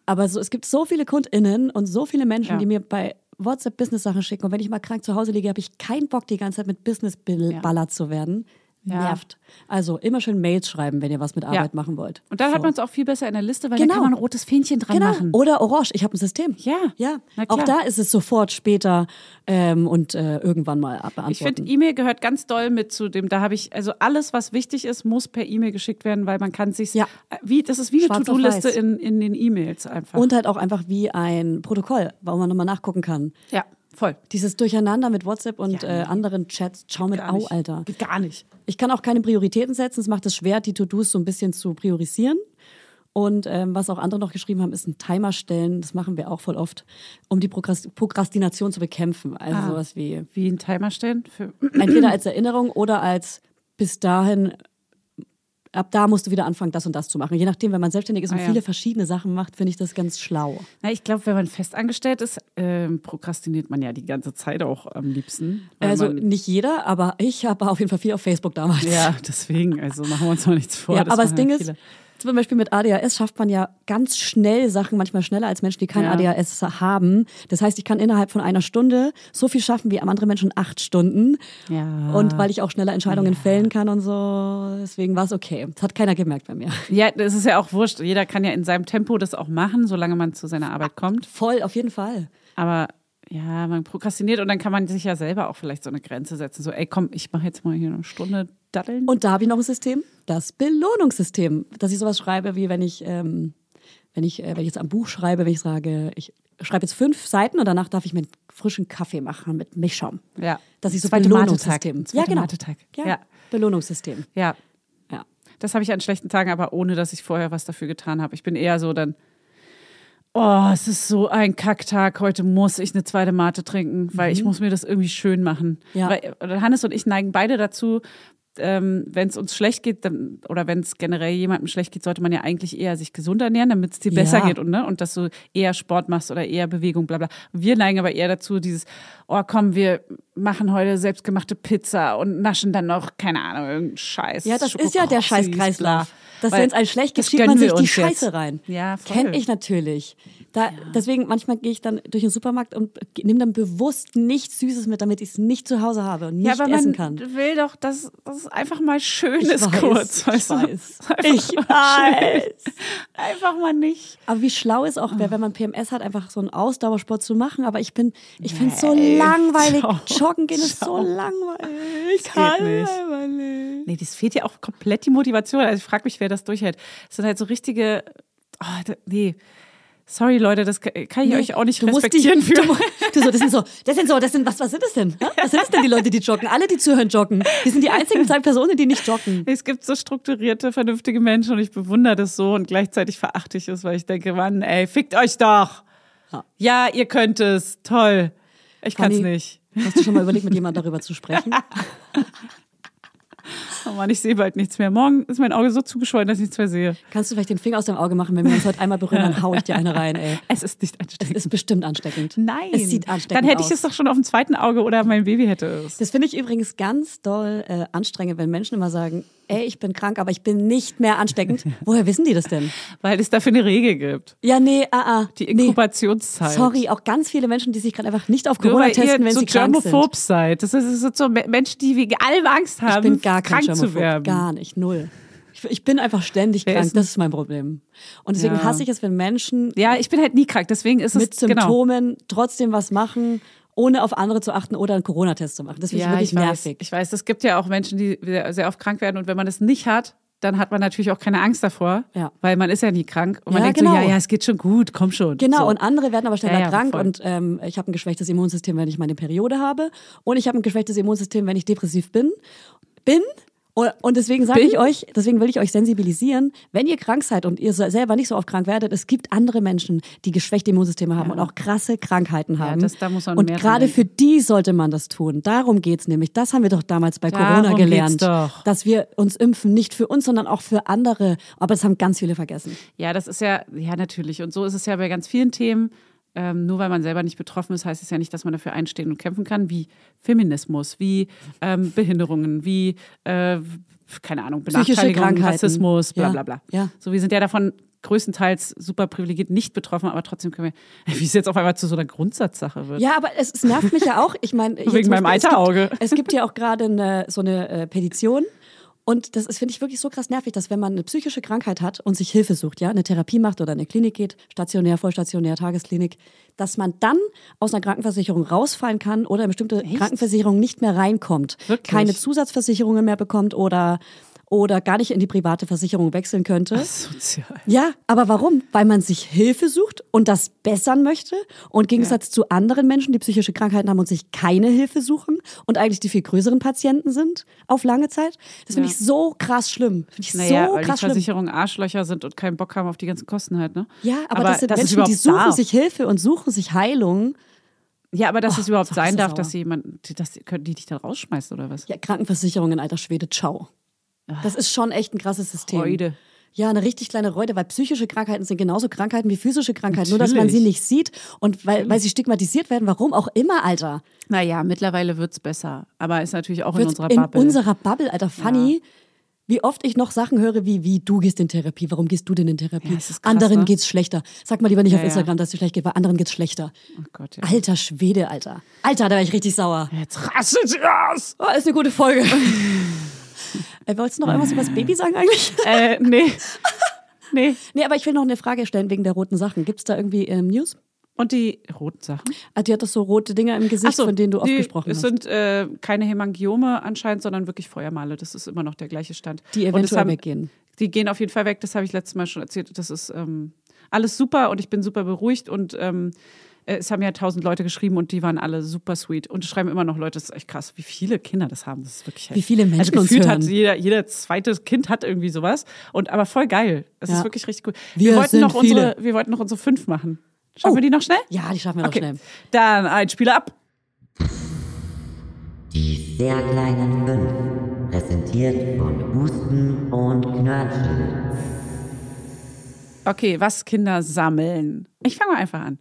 Speaker 1: aber so, es gibt so viele KundInnen und so viele Menschen,
Speaker 2: Ja.
Speaker 1: die mir bei WhatsApp Business-Sachen schicken. Und wenn ich mal krank zu Hause liege, habe ich keinen Bock, die ganze Zeit mit Business ballert zu werden.
Speaker 2: Ja.
Speaker 1: Nervt. Also immer schön Mails schreiben, wenn ihr was mit Arbeit machen wollt.
Speaker 2: Und dann hat
Speaker 1: So.
Speaker 2: man es auch viel besser in der Liste, weil
Speaker 1: Genau.
Speaker 2: da kann man ein rotes Fähnchen dran
Speaker 1: Genau.
Speaker 2: machen.
Speaker 1: Oder Orange, ich habe ein System.
Speaker 2: Ja.
Speaker 1: Ja.
Speaker 2: Na
Speaker 1: Auch da
Speaker 2: klar.
Speaker 1: ist es sofort später ähm, und äh, irgendwann mal beantworten.
Speaker 2: Ich finde, E-Mail gehört ganz doll mit zu dem. Da habe ich, also alles, was wichtig ist, muss per E-Mail geschickt werden, weil man kann sich
Speaker 1: Ja.
Speaker 2: wie das ist wie eine
Speaker 1: Schwarz auf
Speaker 2: To-Do-Liste
Speaker 1: weiß.
Speaker 2: in, in den E-Mails einfach.
Speaker 1: und halt auch einfach wie ein Protokoll, wo man nochmal nachgucken kann.
Speaker 2: ja, voll.
Speaker 1: Dieses Durcheinander mit WhatsApp und
Speaker 2: Ja, nee.
Speaker 1: äh, anderen Chats, schau mit
Speaker 2: Gar
Speaker 1: Au,
Speaker 2: nicht.
Speaker 1: Alter.
Speaker 2: Geht Gar nicht.
Speaker 1: Ich kann auch keine Prioritäten setzen, es macht es schwer, die To-Dos so ein bisschen zu priorisieren. Und ähm, was auch andere noch geschrieben haben, ist ein Timer stellen, das machen wir auch voll oft, um die Prokrast Prokrastination zu bekämpfen. Also
Speaker 2: Ah.
Speaker 1: sowas wie
Speaker 2: Wie einen Timer stellen für
Speaker 1: entweder als Erinnerung oder als bis dahin, ab da musst du wieder anfangen, das und das zu machen. Je nachdem, wenn man selbstständig ist und
Speaker 2: Ah, ja.
Speaker 1: viele verschiedene Sachen macht, finde ich das ganz schlau.
Speaker 2: Na, ich glaube, wenn man festangestellt ist, ähm, prokrastiniert man ja die ganze Zeit auch am liebsten. weil
Speaker 1: Also
Speaker 2: man,
Speaker 1: nicht jeder, aber ich habe auf jeden Fall viel auf Facebook damals.
Speaker 2: ja, deswegen, also machen wir uns mal nichts vor.
Speaker 1: Ja,
Speaker 2: das
Speaker 1: aber das
Speaker 2: machen
Speaker 1: Ding
Speaker 2: ja
Speaker 1: ist,
Speaker 2: viele.
Speaker 1: zum Beispiel mit ADHS schafft man ja ganz schnell Sachen, manchmal schneller als Menschen, die kein
Speaker 2: Ja.
Speaker 1: ADHS haben. Das heißt, ich kann innerhalb von einer Stunde so viel schaffen wie andere Menschen in acht Stunden.
Speaker 2: Ja.
Speaker 1: Und weil ich auch schneller Entscheidungen fällen kann und so, deswegen war es okay. Das hat keiner gemerkt bei mir.
Speaker 2: Ja, das ist ja auch wurscht. Jeder kann ja in seinem Tempo das auch machen, solange man zu seiner Arbeit kommt.
Speaker 1: Voll, auf jeden Fall.
Speaker 2: Aber ja, man prokrastiniert und dann kann man sich ja selber auch vielleicht so eine Grenze setzen. So, ey, komm, ich mache jetzt mal hier eine Stunde daddeln.
Speaker 1: Und da habe ich noch ein System, das Belohnungssystem, dass ich sowas schreibe, wie wenn ich, ähm, wenn ich, äh, wenn ich jetzt am Buch schreibe, wenn ich sage, ich schreibe jetzt fünf Seiten und danach darf ich mir einen frischen Kaffee machen mit Milchschaum.
Speaker 2: ja.
Speaker 1: Dass ich so
Speaker 2: Zweite
Speaker 1: Belohnungssystem.
Speaker 2: Matetag. Zweite Matetag.
Speaker 1: Ja.
Speaker 2: Ja.
Speaker 1: Belohnungssystem.
Speaker 2: ja.
Speaker 1: Ja.
Speaker 2: Das habe ich an schlechten Tagen, aber ohne, dass ich vorher was dafür getan habe. Ich bin eher so dann, oh, es ist so ein Kacktag, heute muss ich eine zweite Mate trinken, weil ich muss mir das irgendwie schön machen.
Speaker 1: Mhm. Ja.
Speaker 2: Weil, oder Hannes und ich neigen beide dazu, ähm, wenn es uns schlecht geht dann, oder wenn es generell jemandem schlecht geht, sollte man ja eigentlich eher sich gesund ernähren, damit es dir besser
Speaker 1: Ja.
Speaker 2: geht und, ne, und dass du eher Sport machst oder eher Bewegung, bla bla. Wir neigen aber eher dazu, dieses, oh komm, wir machen heute selbstgemachte Pizza und naschen dann noch, keine Ahnung, irgendeinen Scheiß.
Speaker 1: Ja, das ist ja der
Speaker 2: Schokokrossies,
Speaker 1: Scheißkreislauf.
Speaker 2: bla.
Speaker 1: Dass
Speaker 2: Weil
Speaker 1: wenn es einem schlecht geht,
Speaker 2: das
Speaker 1: schiebt
Speaker 2: gönnen
Speaker 1: man sich
Speaker 2: wir
Speaker 1: die
Speaker 2: uns jetzt.
Speaker 1: Scheiße rein.
Speaker 2: Ja, voll.
Speaker 1: Kenn ich natürlich. Da, Deswegen, manchmal gehe ich dann durch den Supermarkt und nehme dann bewusst nichts Süßes mit, damit ich es nicht zu Hause habe und nicht
Speaker 2: Ja, aber man
Speaker 1: essen kann.
Speaker 2: will doch, dass das einfach mal schön
Speaker 1: Ich
Speaker 2: ist
Speaker 1: weiß,
Speaker 2: kurz.
Speaker 1: ich
Speaker 2: weißt du?
Speaker 1: weiß.
Speaker 2: Einfach
Speaker 1: Ich
Speaker 2: mal schön.
Speaker 1: weiß.
Speaker 2: Einfach mal nicht.
Speaker 1: Aber wie schlau es
Speaker 2: Ah.
Speaker 1: auch wäre, wenn man PMS hat, einfach so einen Ausdauersport zu machen. Aber ich bin, ich finde es so langweilig.
Speaker 2: schau,
Speaker 1: Joggen gehen ist so
Speaker 2: schau.
Speaker 1: langweilig. Ich
Speaker 2: geht
Speaker 1: kann
Speaker 2: nicht.
Speaker 1: einfach nicht.
Speaker 2: Nee, das fehlt ja auch komplett die Motivation. Also ich frage mich, wer das durchhält. Das sind halt so richtige. Oh, da, nee. Sorry, Leute, das kann kann ich
Speaker 1: Nee,
Speaker 2: euch auch nicht
Speaker 1: du musst
Speaker 2: respektieren
Speaker 1: die, du,
Speaker 2: für.
Speaker 1: mu- du so, das sind so, das sind so, das sind was, was sind das denn? Hä? Was sind das denn die Leute, die joggen? Alle, die zuhören, joggen. Wir sind die einzigen zwei Personen, die nicht joggen.
Speaker 2: Es gibt so strukturierte, vernünftige Menschen und ich bewundere das so und gleichzeitig verachte ich es, weil ich denke, Mann, ey, fickt euch doch.
Speaker 1: Ja.
Speaker 2: Ja, ihr könnt es. Toll. Ich kann es
Speaker 1: Fanny,
Speaker 2: nicht.
Speaker 1: Hast du schon mal überlegt, mit jemandem darüber zu sprechen?
Speaker 2: Oh Mann, ich sehe bald nichts mehr. Morgen ist mein Auge so zugeschwollen, dass ich nichts mehr sehe.
Speaker 1: Kannst du vielleicht den Finger aus dem Auge machen, wenn wir uns heute einmal berühren, dann hau ich dir eine rein, ey.
Speaker 2: Es ist nicht ansteckend.
Speaker 1: Ist bestimmt ansteckend.
Speaker 2: Nein.
Speaker 1: Es sieht ansteckend
Speaker 2: Dann hätte
Speaker 1: aus.
Speaker 2: ich es doch schon auf dem zweiten Auge oder mein Baby hätte es.
Speaker 1: Das finde ich übrigens ganz doll äh, anstrengend, wenn Menschen immer sagen, ey, ich bin krank, aber ich bin nicht mehr ansteckend. Woher wissen die das denn?
Speaker 2: Weil es dafür eine Regel gibt.
Speaker 1: Ja, nee, ah, ah.
Speaker 2: Die
Speaker 1: nee.
Speaker 2: Inkubationszeit.
Speaker 1: Sorry, auch ganz viele Menschen, die sich gerade einfach nicht auf
Speaker 2: Nur
Speaker 1: Corona
Speaker 2: weil
Speaker 1: testen,
Speaker 2: ihr
Speaker 1: wenn
Speaker 2: so
Speaker 1: sie krank sind.
Speaker 2: germophob seid. Das ist, das sind so Me- Menschen, die wegen allem Angst haben,
Speaker 1: Ich bin gar kein
Speaker 2: krank zu
Speaker 1: Germophob.
Speaker 2: werden.
Speaker 1: Gar nicht, null. Ich, ich bin einfach ständig
Speaker 2: Wer
Speaker 1: krank,
Speaker 2: ist-
Speaker 1: das ist mein Problem. Und deswegen
Speaker 2: Ja.
Speaker 1: hasse ich es, wenn Menschen
Speaker 2: ja, ich bin halt nie krank, deswegen ist Genau. es
Speaker 1: mit Symptomen trotzdem was machen, ohne auf andere zu achten oder einen Corona-Test zu machen. Das finde
Speaker 2: Genau. Ja,
Speaker 1: ich wirklich
Speaker 2: ich weiß.
Speaker 1: nervig.
Speaker 2: Ich weiß, es gibt ja auch Menschen, die sehr sehr oft krank werden und wenn man das nicht hat, dann hat man natürlich auch keine Angst davor,
Speaker 1: Ja.
Speaker 2: weil man ist ja nie krank und man
Speaker 1: Ja,
Speaker 2: denkt so,
Speaker 1: genau.
Speaker 2: ja, ja, es geht schon gut, komm schon.
Speaker 1: Genau,
Speaker 2: so.
Speaker 1: und andere werden aber schneller
Speaker 2: Ja, ja,
Speaker 1: krank
Speaker 2: voll.
Speaker 1: und ähm, ich habe ein geschwächtes Immunsystem, wenn ich meine Periode habe und ich habe ein geschwächtes Immunsystem, wenn ich depressiv bin. Bin und und deswegen sage
Speaker 2: Bin?
Speaker 1: ich euch, deswegen will ich euch sensibilisieren, wenn ihr krank seid und ihr so- selber nicht so oft krank werdet, es gibt andere Menschen, die geschwächte Immunsysteme haben und auch krasse Krankheiten haben.
Speaker 2: das- da muss man
Speaker 1: und
Speaker 2: mehr dran
Speaker 1: gerade
Speaker 2: denken.
Speaker 1: für die sollte man das tun. Darum geht's nämlich. Das haben wir doch damals bei Corona
Speaker 2: Darum
Speaker 1: gelernt,
Speaker 2: geht's doch.
Speaker 1: dass wir uns impfen, nicht für uns, sondern auch für andere. Aber das haben ganz viele vergessen.
Speaker 2: Ja, das ist ja, ja, natürlich. Und so ist es ja bei ganz vielen Themen. Ähm, nur weil man selber nicht betroffen ist, heißt es ja nicht, dass man dafür einstehen und kämpfen kann, wie Feminismus, wie ähm, Behinderungen, wie, äh, keine Ahnung,
Speaker 1: Psychische
Speaker 2: Benachteiligung,
Speaker 1: Krankheiten.
Speaker 2: Rassismus, bla
Speaker 1: Ja,
Speaker 2: bla bla.
Speaker 1: ja.
Speaker 2: So, wir sind ja davon größtenteils super privilegiert nicht betroffen, aber trotzdem können wir, wie es jetzt auf einmal zu so einer Grundsatzsache wird.
Speaker 1: Ja, aber es, es nervt mich ja auch. Ich meine, hier
Speaker 2: Wegen
Speaker 1: zum
Speaker 2: meinem
Speaker 1: Beispiel,
Speaker 2: Eiterauge.
Speaker 1: Es gibt, es gibt ja auch gerade eine, so eine äh, Petition. Und das ist, finde ich, wirklich so krass nervig, dass wenn man eine psychische Krankheit hat und sich Hilfe sucht, ja, eine Therapie macht oder in eine Klinik geht, stationär, vollstationär, Tagesklinik, dass man dann aus einer Krankenversicherung rausfallen kann oder in bestimmte Krankenversicherungen nicht mehr reinkommt,
Speaker 2: Wirklich?
Speaker 1: keine Zusatzversicherungen mehr bekommt oder, oder gar nicht in die private Versicherung wechseln könnte.
Speaker 2: Sozial.
Speaker 1: Ja, aber warum? Weil man sich Hilfe sucht und das bessern möchte und im Gegensatz zu anderen Menschen, die psychische Krankheiten haben und sich keine Hilfe suchen und eigentlich die viel größeren Patienten sind auf lange Zeit. Das finde
Speaker 2: Ja.
Speaker 1: ich so krass schlimm. Finde ich
Speaker 2: Naja,
Speaker 1: so
Speaker 2: weil die
Speaker 1: krass schlimm.
Speaker 2: Versicherungen Arschlöcher sind und keinen Bock haben auf die ganzen Kosten halt, ne?
Speaker 1: Ja, aber, das sind
Speaker 2: dass es
Speaker 1: Menschen, die
Speaker 2: überhaupt
Speaker 1: suchen
Speaker 2: darf.
Speaker 1: sich Hilfe und suchen sich Heilung.
Speaker 2: Ja, aber dass es überhaupt
Speaker 1: so, das Oh,
Speaker 2: sein
Speaker 1: ist
Speaker 2: darf,
Speaker 1: sauer.
Speaker 2: dass sie jemanden, die- dass die, können die dich dann rausschmeißt oder was?
Speaker 1: Ja, Krankenversicherungen, alter Schwede, ciao. Das ist schon echt ein krasses System.
Speaker 2: Freude.
Speaker 1: Ja, eine richtig kleine Reude, weil psychische Krankheiten sind genauso Krankheiten wie physische Krankheiten, nur dass man sie
Speaker 2: Natürlich.
Speaker 1: nicht sieht und weil, weil sie stigmatisiert werden, warum auch immer, Alter.
Speaker 2: Naja, mittlerweile wird's besser. Aber ist natürlich auch in
Speaker 1: Wird's
Speaker 2: unserer Bubble.
Speaker 1: In unserer Bubble, Alter, Fanny. Wie oft ich noch Sachen höre wie, wie, du gehst in Therapie, warum gehst du denn in Therapie?
Speaker 2: Ja, es ist krass,
Speaker 1: anderen
Speaker 2: ne?
Speaker 1: geht's schlechter. Sag mal lieber nicht auf
Speaker 2: ja.
Speaker 1: Instagram, dass dir schlecht geht, weil anderen geht's schlechter.
Speaker 2: oh Gott, ja.
Speaker 1: Alter Schwede, Alter. Alter, da war ich richtig sauer.
Speaker 2: Jetzt rastet sie aus!
Speaker 1: Oh, ist eine gute Folge. Äh, Wolltest du noch irgendwas über das Baby sagen eigentlich?
Speaker 2: äh, nee. Nee.
Speaker 1: nee, aber ich will noch eine Frage stellen wegen der roten Sachen. Gibt's da irgendwie ähm, News?
Speaker 2: Und die roten Sachen.
Speaker 1: Ah, die hat doch so rote Dinger im Gesicht, von denen du oft
Speaker 2: die-
Speaker 1: gesprochen
Speaker 2: Es
Speaker 1: hast.
Speaker 2: sind äh, keine Hämangiome anscheinend, sondern wirklich Feuermale. Das ist immer noch der gleiche Stand.
Speaker 1: Die
Speaker 2: Und es
Speaker 1: eventuell
Speaker 2: haben-
Speaker 1: weggehen.
Speaker 2: Die gehen auf jeden Fall weg. Das habe ich letztes Mal schon erzählt. Das ist ähm, alles super und ich bin super beruhigt und ähm, äh, es haben ja tausend Leute geschrieben und die waren alle super sweet. Und es schreiben immer noch Leute, das ist echt krass, wie viele Kinder das haben. Das ist wirklich heftig.
Speaker 1: viele Menschen
Speaker 2: also
Speaker 1: uns
Speaker 2: gefühlt
Speaker 1: hören.
Speaker 2: hat jeder, jeder zweite Kind hat irgendwie sowas. Und aber voll geil. Es
Speaker 1: Ja.
Speaker 2: ist wirklich richtig cool.
Speaker 1: Wir
Speaker 2: wollten
Speaker 1: sind
Speaker 2: noch unsere,
Speaker 1: viele. Oh.
Speaker 2: wir wollten noch unsere fünf machen. Schaffen wir die noch schnell?
Speaker 1: Ja, die schaffen wir
Speaker 2: Okay.
Speaker 1: noch schnell.
Speaker 2: Dann ein Spiel ab.
Speaker 6: Die sehr kleinen fünf. Präsentiert von Husten und Knörnchen.
Speaker 2: Okay, was Kinder sammeln. Ich fange mal einfach an.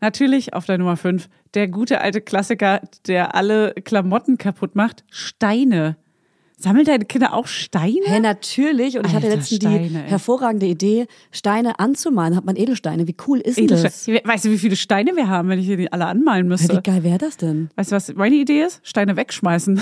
Speaker 2: Natürlich auf der Nummer 5, der gute alte Klassiker, der alle Klamotten kaputt macht, Steine. Sammeln deine Kinder auch Steine?
Speaker 1: Hä, natürlich. Und ich hatte
Speaker 2: Alter,
Speaker 1: letztens die
Speaker 2: Steine, ey.
Speaker 1: hervorragende Idee, Steine anzumalen. Hat man Edelsteine. Wie cool ist denn
Speaker 2: Edelsteine.
Speaker 1: das?
Speaker 2: Weißt du, wie viele Steine wir haben, wenn ich hier die alle anmalen
Speaker 1: Hä,
Speaker 2: müsste?
Speaker 1: wie geil wäre das denn?
Speaker 2: Weißt du, was meine Idee ist? Steine wegschmeißen.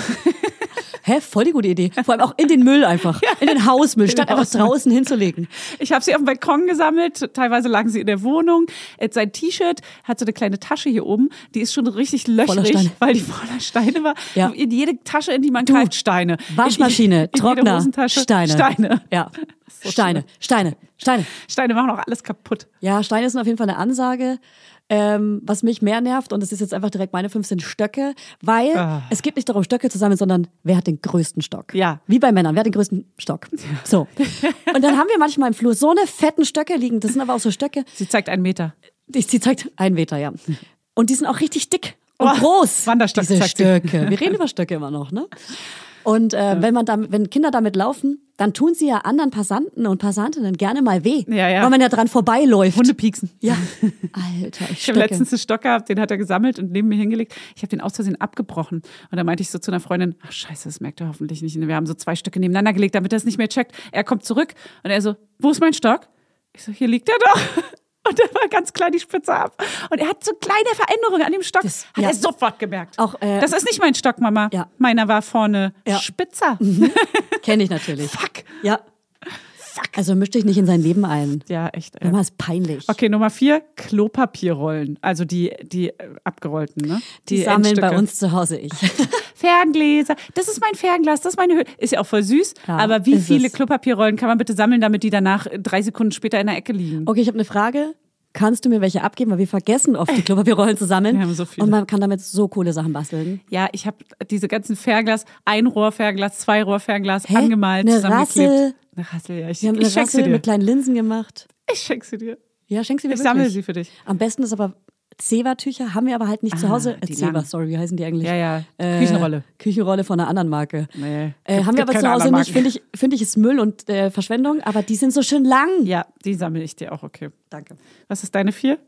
Speaker 1: Hä, voll die gute Idee. Vor allem auch in den Müll einfach. In den Hausmüll, statt
Speaker 2: den
Speaker 1: einfach
Speaker 2: Hausmüll.
Speaker 1: draußen hinzulegen.
Speaker 2: Ich habe sie auf dem Balkon gesammelt. Teilweise lagen sie in der Wohnung. Äh, Sein T-Shirt hat so eine kleine Tasche hier oben. Die ist schon richtig löchrig,
Speaker 1: Steine.
Speaker 2: weil die voller Steine war.
Speaker 1: Ja.
Speaker 2: In jede Tasche, in die man greift, Steine. In die-
Speaker 1: Waschmaschine,
Speaker 2: in jede
Speaker 1: Trockner,
Speaker 2: Hosentasche,
Speaker 1: Steine.
Speaker 2: Steine.
Speaker 1: Ja.
Speaker 2: So
Speaker 1: Steine, Steine, Steine.
Speaker 2: Steine machen auch alles kaputt.
Speaker 1: Ja, Steine sind auf jeden Fall eine Ansage. Ähm, was mich mehr nervt, und das ist jetzt einfach direkt meine fünf, sind Stöcke, weil
Speaker 2: Ah.
Speaker 1: es geht nicht darum, Stöcke zu sammeln, sondern wer hat den größten Stock?
Speaker 2: Ja.
Speaker 1: Wie bei Männern, wer hat den größten Stock? So. Und dann haben wir manchmal im Flur so eine fetten Stöcke liegen. Das sind aber auch so Stöcke,
Speaker 2: Sie zeigt einen Meter.
Speaker 1: die, sie zeigt ein Meter, ja. Und die sind auch richtig dick und
Speaker 2: Oh,
Speaker 1: groß.
Speaker 2: Wanderstöcke,
Speaker 1: Diese
Speaker 2: sagt sie.
Speaker 1: Stöcke. Wir reden über Stöcke immer noch, ne? Und äh, wenn man damit, wenn Kinder damit laufen, dann tun sie ja anderen Passanten und Passantinnen gerne mal weh,
Speaker 2: Ja, ja.
Speaker 1: weil man ja dran vorbeiläuft.
Speaker 2: Hunde pieksen.
Speaker 1: Ja, Alter, ich
Speaker 2: Ich
Speaker 1: stöcke.
Speaker 2: habe letztens einen Stock gehabt, den hat er gesammelt und neben mir hingelegt. Ich habe den aus Versehen abgebrochen. Und da meinte ich so zu einer Freundin, ach scheiße, das merkt er hoffentlich nicht. Und wir haben so zwei Stöcke nebeneinander gelegt, damit er es nicht mehr checkt. Er kommt zurück und er so, wo ist mein Stock? Ich so, hier liegt er doch. Und er war ganz klein die Spitze ab. Und er hat so kleine Veränderungen an dem Stock.
Speaker 1: Das-
Speaker 2: hat
Speaker 1: ja.
Speaker 2: er sofort gemerkt.
Speaker 1: Auch, äh,
Speaker 2: das ist nicht mein Stock, Mama.
Speaker 1: Ja.
Speaker 2: Meiner war vorne
Speaker 1: Ja. Mhm.
Speaker 2: spitzer.
Speaker 1: Kenne ich natürlich.
Speaker 2: Fuck.
Speaker 1: Ja. Also mischt dich nicht in sein Leben ein.
Speaker 2: Ja, echt. Ey.
Speaker 1: Immer ist peinlich.
Speaker 2: Okay, Nummer vier, Klopapierrollen. Also die, die äh, abgerollten, ne?
Speaker 1: Die, sammeln bei
Speaker 2: Endstücke.
Speaker 1: uns zu Hause ich.
Speaker 2: Ferngläser, das ist mein Fernglas, das ist meine Höhle. Ist ja auch voll süß,
Speaker 1: Ja,
Speaker 2: aber wie
Speaker 1: ist
Speaker 2: viele
Speaker 1: es.
Speaker 2: Klopapierrollen kann man bitte sammeln, damit die danach äh, drei Sekunden später in der Ecke liegen?
Speaker 1: Okay, ich habe eine Frage. Kannst du mir welche abgeben? Weil wir vergessen oft, die Klopapierrollen zu sammeln.
Speaker 2: Äh. Wir haben so viele.
Speaker 1: Und man kann damit so coole Sachen basteln.
Speaker 2: Ja, ich habe diese ganzen Fernglas, ein Rohrfernglas, zwei Rohrfernglas
Speaker 1: Hä?
Speaker 2: angemalt,
Speaker 1: Eine
Speaker 2: zusammengeklebt.
Speaker 1: Rassel?
Speaker 2: Eine Rassel, ja. Ich,
Speaker 1: Wir haben
Speaker 2: ich
Speaker 1: eine
Speaker 2: schenk sie
Speaker 1: Rassel
Speaker 2: dir.
Speaker 1: mit kleinen Linsen gemacht.
Speaker 2: Ich schenk sie dir.
Speaker 1: Ja, schenk sie mir
Speaker 2: Ich
Speaker 1: wirklich.
Speaker 2: sammle sie für dich.
Speaker 1: Am besten ist aber Zewa-Tücher, haben wir aber halt nicht zu
Speaker 2: Ah,
Speaker 1: Hause. Äh,
Speaker 2: die
Speaker 1: Zewa,
Speaker 2: langen.
Speaker 1: sorry, wie heißen die eigentlich? Äh,
Speaker 2: Ja, ja, Küchenrolle.
Speaker 1: Küchenrolle von einer anderen Marke.
Speaker 2: Nee,
Speaker 1: Äh,
Speaker 2: gibt-
Speaker 1: haben wir
Speaker 2: gibt
Speaker 1: aber zu
Speaker 2: keine
Speaker 1: Hause
Speaker 2: anderen
Speaker 1: nicht,
Speaker 2: Marken.
Speaker 1: finde ich, finde ich, ist Müll und äh, Verschwendung, aber die sind so schön lang.
Speaker 2: Ja, die sammle ich dir auch, okay.
Speaker 1: Danke.
Speaker 2: Was ist deine vier?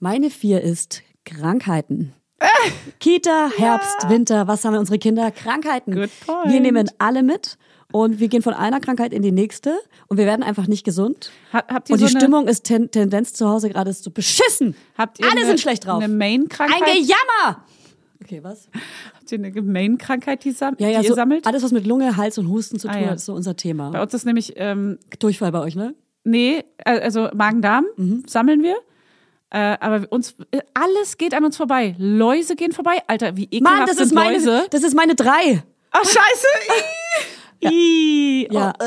Speaker 1: Meine vier ist Krankheiten.
Speaker 2: Äh.
Speaker 1: Kita, Herbst, Winter, was haben wir unsere Kinder? Krankheiten.
Speaker 2: Good point.
Speaker 1: Wir nehmen alle mit und wir gehen von einer Krankheit in die nächste und wir werden einfach nicht gesund.
Speaker 2: Ha- habt ihr
Speaker 1: und
Speaker 2: so
Speaker 1: die
Speaker 2: eine-
Speaker 1: Stimmung ist ten Tendenz zu Hause gerade ist so beschissen.
Speaker 2: Habt ihr
Speaker 1: alle
Speaker 2: eine,
Speaker 1: sind schlecht drauf.
Speaker 2: Eine Main-Krankheit?
Speaker 1: Ein Gejammer! Okay, was?
Speaker 2: Habt ihr eine Main-Krankheit, die, sam
Speaker 1: Ja, ja,
Speaker 2: die
Speaker 1: so
Speaker 2: ihr sammelt?
Speaker 1: alles, was mit Lunge, Hals und Husten zu
Speaker 2: Ah,
Speaker 1: tun
Speaker 2: ja.
Speaker 1: hat, ist so unser
Speaker 2: Bei
Speaker 1: Thema.
Speaker 2: uns ist nämlich ähm,
Speaker 1: Durchfall bei euch, ne?
Speaker 2: Nee, äh, also Magen-Darm
Speaker 1: Mhm.
Speaker 2: sammeln wir. Äh, aber uns äh, alles geht an uns vorbei. Läuse gehen vorbei. Alter, wie ekelhaft
Speaker 1: Mann, das
Speaker 2: sind
Speaker 1: ist meine,
Speaker 2: Läuse.
Speaker 1: das ist meine drei.
Speaker 2: Ach, scheiße. Ih. Ih.
Speaker 1: Ja.
Speaker 2: Oh.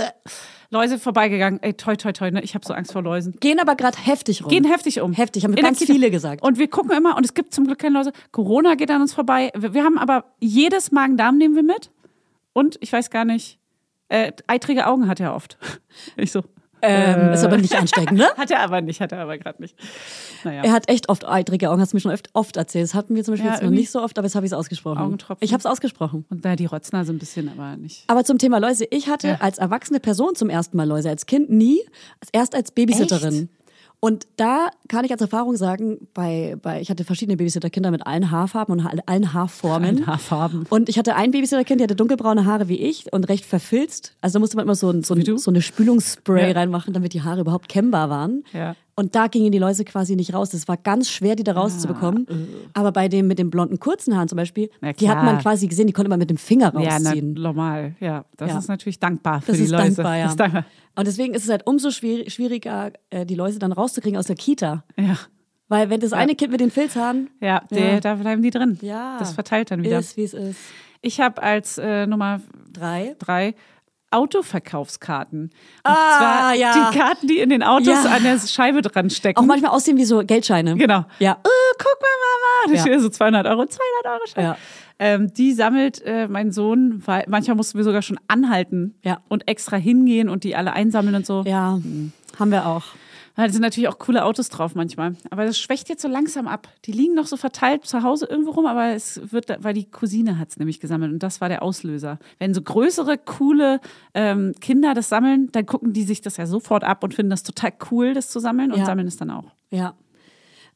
Speaker 2: Läuse vorbeigegangen. Ey, toi, toi, toi. Ne? Ich habe so Angst vor Läusen.
Speaker 1: Gehen aber gerade heftig rum.
Speaker 2: Gehen heftig um.
Speaker 1: Heftig, haben
Speaker 2: In
Speaker 1: ganz
Speaker 2: der Kita.
Speaker 1: viele gesagt.
Speaker 2: Und wir gucken immer, und es gibt zum Glück keine Läuse. Corona geht an uns vorbei. Wir, wir haben aber jedes Magen-Darm nehmen wir mit. Und ich weiß gar nicht, äh, eitrige Augen hat er oft. Ich so. Äh.
Speaker 1: ähm, Ist aber nicht ansteckend, ne?
Speaker 2: Hat er aber nicht, hat er aber gerade nicht. Naja.
Speaker 1: Er hat echt oft eitrige Augen, hast du mir schon oft, oft erzählt. Das hatten wir zum Beispiel
Speaker 2: Ja,
Speaker 1: jetzt noch
Speaker 2: irgendwie-
Speaker 1: nicht so oft, aber jetzt habe ich es ausgesprochen.
Speaker 2: Augentropfen.
Speaker 1: Ich habe es ausgesprochen.
Speaker 2: Und da die Rotznase ein bisschen, aber nicht.
Speaker 1: Aber zum Thema Läuse, ich hatte
Speaker 2: Ja.
Speaker 1: als erwachsene Person zum ersten Mal Läuse, als Kind nie, als- erst als Babysitterin. Und da kann ich als Erfahrung sagen, bei, bei ich hatte verschiedene Babysitterkinder mit allen Haarfarben und ha- allen Haarformen.
Speaker 2: Allen Haarfarben.
Speaker 1: Und ich hatte ein Babysitterkind, die hatte dunkelbraune Haare wie ich und recht verfilzt. Also da musste man immer so, ein, so, ein, so eine Spülungsspray
Speaker 2: Ja.
Speaker 1: reinmachen, damit die Haare überhaupt kennbar waren.
Speaker 2: Ja. Ah,
Speaker 1: Und da gingen die Läuse quasi nicht raus. Das war ganz schwer, die da rauszubekommen. Aber bei dem mit den blonden kurzen Haaren zum Beispiel,
Speaker 2: äh. Na
Speaker 1: die hat
Speaker 2: klar.
Speaker 1: man quasi gesehen, die konnte man mit dem Finger
Speaker 2: Ja, na,
Speaker 1: rausziehen.
Speaker 2: normal. Ja, das
Speaker 1: Ja.
Speaker 2: ist natürlich dankbar für
Speaker 1: Das
Speaker 2: die
Speaker 1: ist,
Speaker 2: Läuse.
Speaker 1: dankbar, ja.
Speaker 2: Das ist dankbar.
Speaker 1: Und deswegen ist es halt umso schwier- schwieriger, äh, die Läuse dann rauszukriegen aus der Kita.
Speaker 2: Ja.
Speaker 1: Weil wenn das eine Kind mit den Filzhaaren
Speaker 2: Ja,
Speaker 1: Ja.
Speaker 2: Der, da bleiben die drin.
Speaker 1: Ja.
Speaker 2: Das verteilt dann wieder.
Speaker 1: ist, wie es ist.
Speaker 2: Ich habe als äh, Nummer
Speaker 1: Drei.
Speaker 2: drei Autoverkaufskarten. Und
Speaker 1: Ah,
Speaker 2: zwar
Speaker 1: ja.
Speaker 2: die Karten, die in den Autos
Speaker 1: Ja.
Speaker 2: an der Scheibe dran stecken.
Speaker 1: Auch manchmal aussehen wie so Geldscheine.
Speaker 2: Genau.
Speaker 1: Ja.
Speaker 2: Äh, guck mal, Mama. Da
Speaker 1: Ja.
Speaker 2: steht so 200 Euro, 200 Euro Schein.
Speaker 1: Ja.
Speaker 2: Ähm, die sammelt äh, mein Sohn, weil manchmal mussten wir sogar schon anhalten
Speaker 1: Ja.
Speaker 2: und extra hingehen und die alle einsammeln und so.
Speaker 1: Ja, haben wir auch.
Speaker 2: Ah, Da sind natürlich auch coole Autos drauf manchmal. Aber das schwächt jetzt so langsam ab. Die liegen noch so verteilt zu Hause irgendwo rum, aber es wird, da- weil die Cousine hat es nämlich gesammelt und das war der Auslöser. Wenn so größere, coole ähm, Kinder das sammeln, dann gucken die sich das ja sofort ab und finden das total cool, das zu sammeln und
Speaker 1: Ja.
Speaker 2: sammeln es dann auch.
Speaker 1: Ja.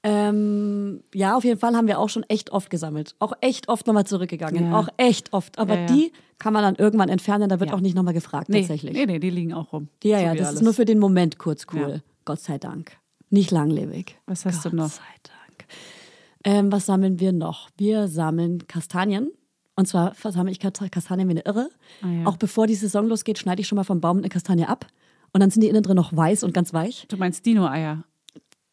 Speaker 1: Ähm, ja, auf jeden Fall haben wir auch schon echt oft gesammelt. Auch echt oft nochmal zurückgegangen.
Speaker 2: Ja.
Speaker 1: Auch echt oft. Aber
Speaker 2: Ja, ja.
Speaker 1: die kann man dann irgendwann entfernen, da wird
Speaker 2: Ja.
Speaker 1: auch nicht nochmal gefragt tatsächlich.
Speaker 2: Nee, nee, die liegen auch rum.
Speaker 1: Ja,
Speaker 2: So
Speaker 1: ja,
Speaker 2: wie
Speaker 1: das
Speaker 2: alles.
Speaker 1: ist nur für den Moment kurz cool.
Speaker 2: Ja.
Speaker 1: Gott sei Dank. Nicht langlebig.
Speaker 2: Was hast du
Speaker 1: Gott
Speaker 2: noch?
Speaker 1: Sei Dank. Ähm, was sammeln wir noch? Wir sammeln Kastanien. Und zwar sammle ich Kast- Kastanien wie eine Irre.
Speaker 2: Ah, ja.
Speaker 1: Auch bevor die Saison losgeht, schneide ich schon mal vom Baum eine Kastanie ab. Und dann sind die innen drin noch weiß und ganz weich.
Speaker 2: Du meinst Dino-Eier.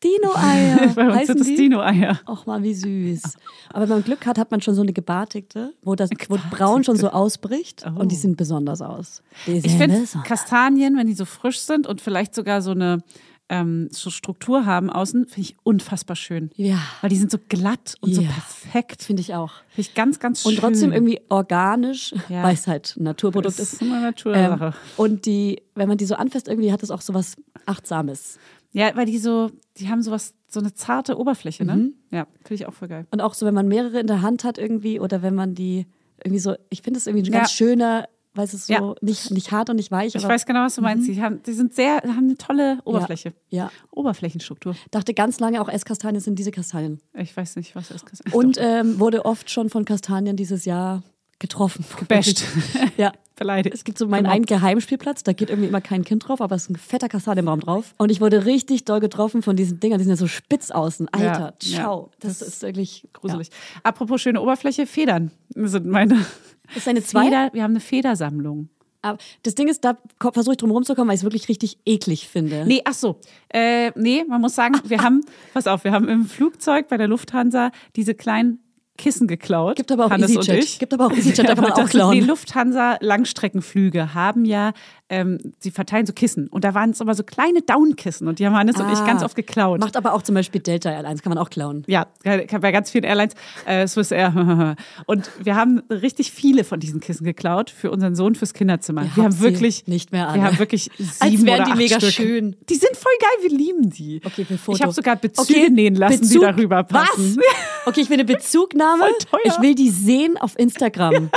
Speaker 1: Dino-Eier.
Speaker 2: Bei uns
Speaker 1: Ah, heißen
Speaker 2: sind das
Speaker 1: die?
Speaker 2: Dino-Eier.
Speaker 1: Och mal, wie süß. Aber wenn man Glück hat, hat man schon so eine gebartigte, wo das wo Braun schon so ausbricht. Und die sehen besonders aus. Die
Speaker 2: Oh. Ich
Speaker 1: sehen
Speaker 2: finde
Speaker 1: besonders-
Speaker 2: Kastanien, wenn die so frisch sind und vielleicht sogar so eine ähm, so Struktur haben außen, finde ich unfassbar schön.
Speaker 1: Ja.
Speaker 2: Weil die sind so glatt und so
Speaker 1: Ja.
Speaker 2: perfekt.
Speaker 1: Finde
Speaker 2: Finde
Speaker 1: ich auch.
Speaker 2: ich ganz, ganz schön.
Speaker 1: Und trotzdem irgendwie organisch,
Speaker 2: Ja.
Speaker 1: weil es halt ein Naturprodukt
Speaker 2: Das
Speaker 1: ist. Ähm,
Speaker 2: ist eine Natursache.
Speaker 1: und die, wenn man die so anfasst, irgendwie hat es auch so was Achtsames.
Speaker 2: Ja, weil die so, die haben sowas, so eine zarte Oberfläche, ne?
Speaker 1: Mhm.
Speaker 2: Ja, finde ich auch voll geil.
Speaker 1: Und auch so, wenn man mehrere in der Hand hat irgendwie oder wenn man die irgendwie so, ich finde es irgendwie ein
Speaker 2: Ja.
Speaker 1: ganz schöner, weil es ist so
Speaker 2: Ja.
Speaker 1: nicht, nicht hart und nicht weich.
Speaker 2: Ich
Speaker 1: aber, mhm.
Speaker 2: weiß genau, was du meinst. Die, haben, die sind sehr, haben eine tolle Oberfläche.
Speaker 1: Ja.
Speaker 2: Oberflächenstruktur.
Speaker 1: Dachte ganz lange auch Esskastanien sind diese Kastanien.
Speaker 2: Ich weiß nicht, was das ist.
Speaker 1: Und ähm, wurde oft schon von Kastanien dieses Jahr getroffen.
Speaker 2: Gebasht.
Speaker 1: ja.
Speaker 2: beleidigt. Genau.
Speaker 1: Es gibt so meinen
Speaker 2: Gemobbt.
Speaker 1: einen Geheimspielplatz, da geht irgendwie immer kein Kind drauf, aber es ist ein fetter Kastanienbaum drauf. Und ich wurde richtig doll getroffen von diesen Dingern, die sind ja so spitz außen. Alter,
Speaker 2: Ja,
Speaker 1: ciao.
Speaker 2: ja.
Speaker 1: Das, ist wirklich
Speaker 2: Gruselig. Apropos schöne Oberfläche, Federn sind meine.
Speaker 1: Ja. Ist eine zwei?
Speaker 2: Feder, wir haben eine Federsammlung.
Speaker 1: Aber das Ding ist, da versuche ich drum rumzukommen, weil ich es wirklich richtig eklig finde.
Speaker 2: Nee, ach so. Äh, nee, man muss sagen, wir haben, pass auf, wir haben im Flugzeug bei der Lufthansa diese kleinen Kissen geklaut.
Speaker 1: Gibt aber auch
Speaker 2: Hannes und
Speaker 1: EasyJet.
Speaker 2: ich.
Speaker 1: Gibt aber auch EasyJet, darf man
Speaker 2: das
Speaker 1: auch klauen.
Speaker 2: sind Die Lufthansa-Langstreckenflüge haben ja, ähm, sie verteilen so Kissen. Und da waren es immer so kleine Downkissen. Und die haben Hannes und ich
Speaker 1: Ah.
Speaker 2: ganz oft geklaut.
Speaker 1: Macht aber auch zum Beispiel Delta Airlines, kann man auch klauen.
Speaker 2: Ja, bei ganz vielen Airlines, äh, Swiss Air. Und wir haben richtig viele von diesen Kissen geklaut für unseren Sohn fürs Kinderzimmer.
Speaker 1: Ihr
Speaker 2: wir
Speaker 1: habt
Speaker 2: haben
Speaker 1: sie
Speaker 2: wirklich
Speaker 1: nicht mehr alle.
Speaker 2: Wir haben wirklich sieben
Speaker 1: wären
Speaker 2: oder
Speaker 1: die
Speaker 2: acht
Speaker 1: mega
Speaker 2: Stück.
Speaker 1: schön.
Speaker 2: Die sind voll geil, wir lieben die.
Speaker 1: Okay, für Foto.
Speaker 2: Ich habe sogar Bezüge nähen lassen,
Speaker 1: Bezug?
Speaker 2: die darüber passen.
Speaker 1: Was? Okay, ich will eine Bezugnahme.
Speaker 2: Voll teuer.
Speaker 1: Ich will die sehen auf Instagram.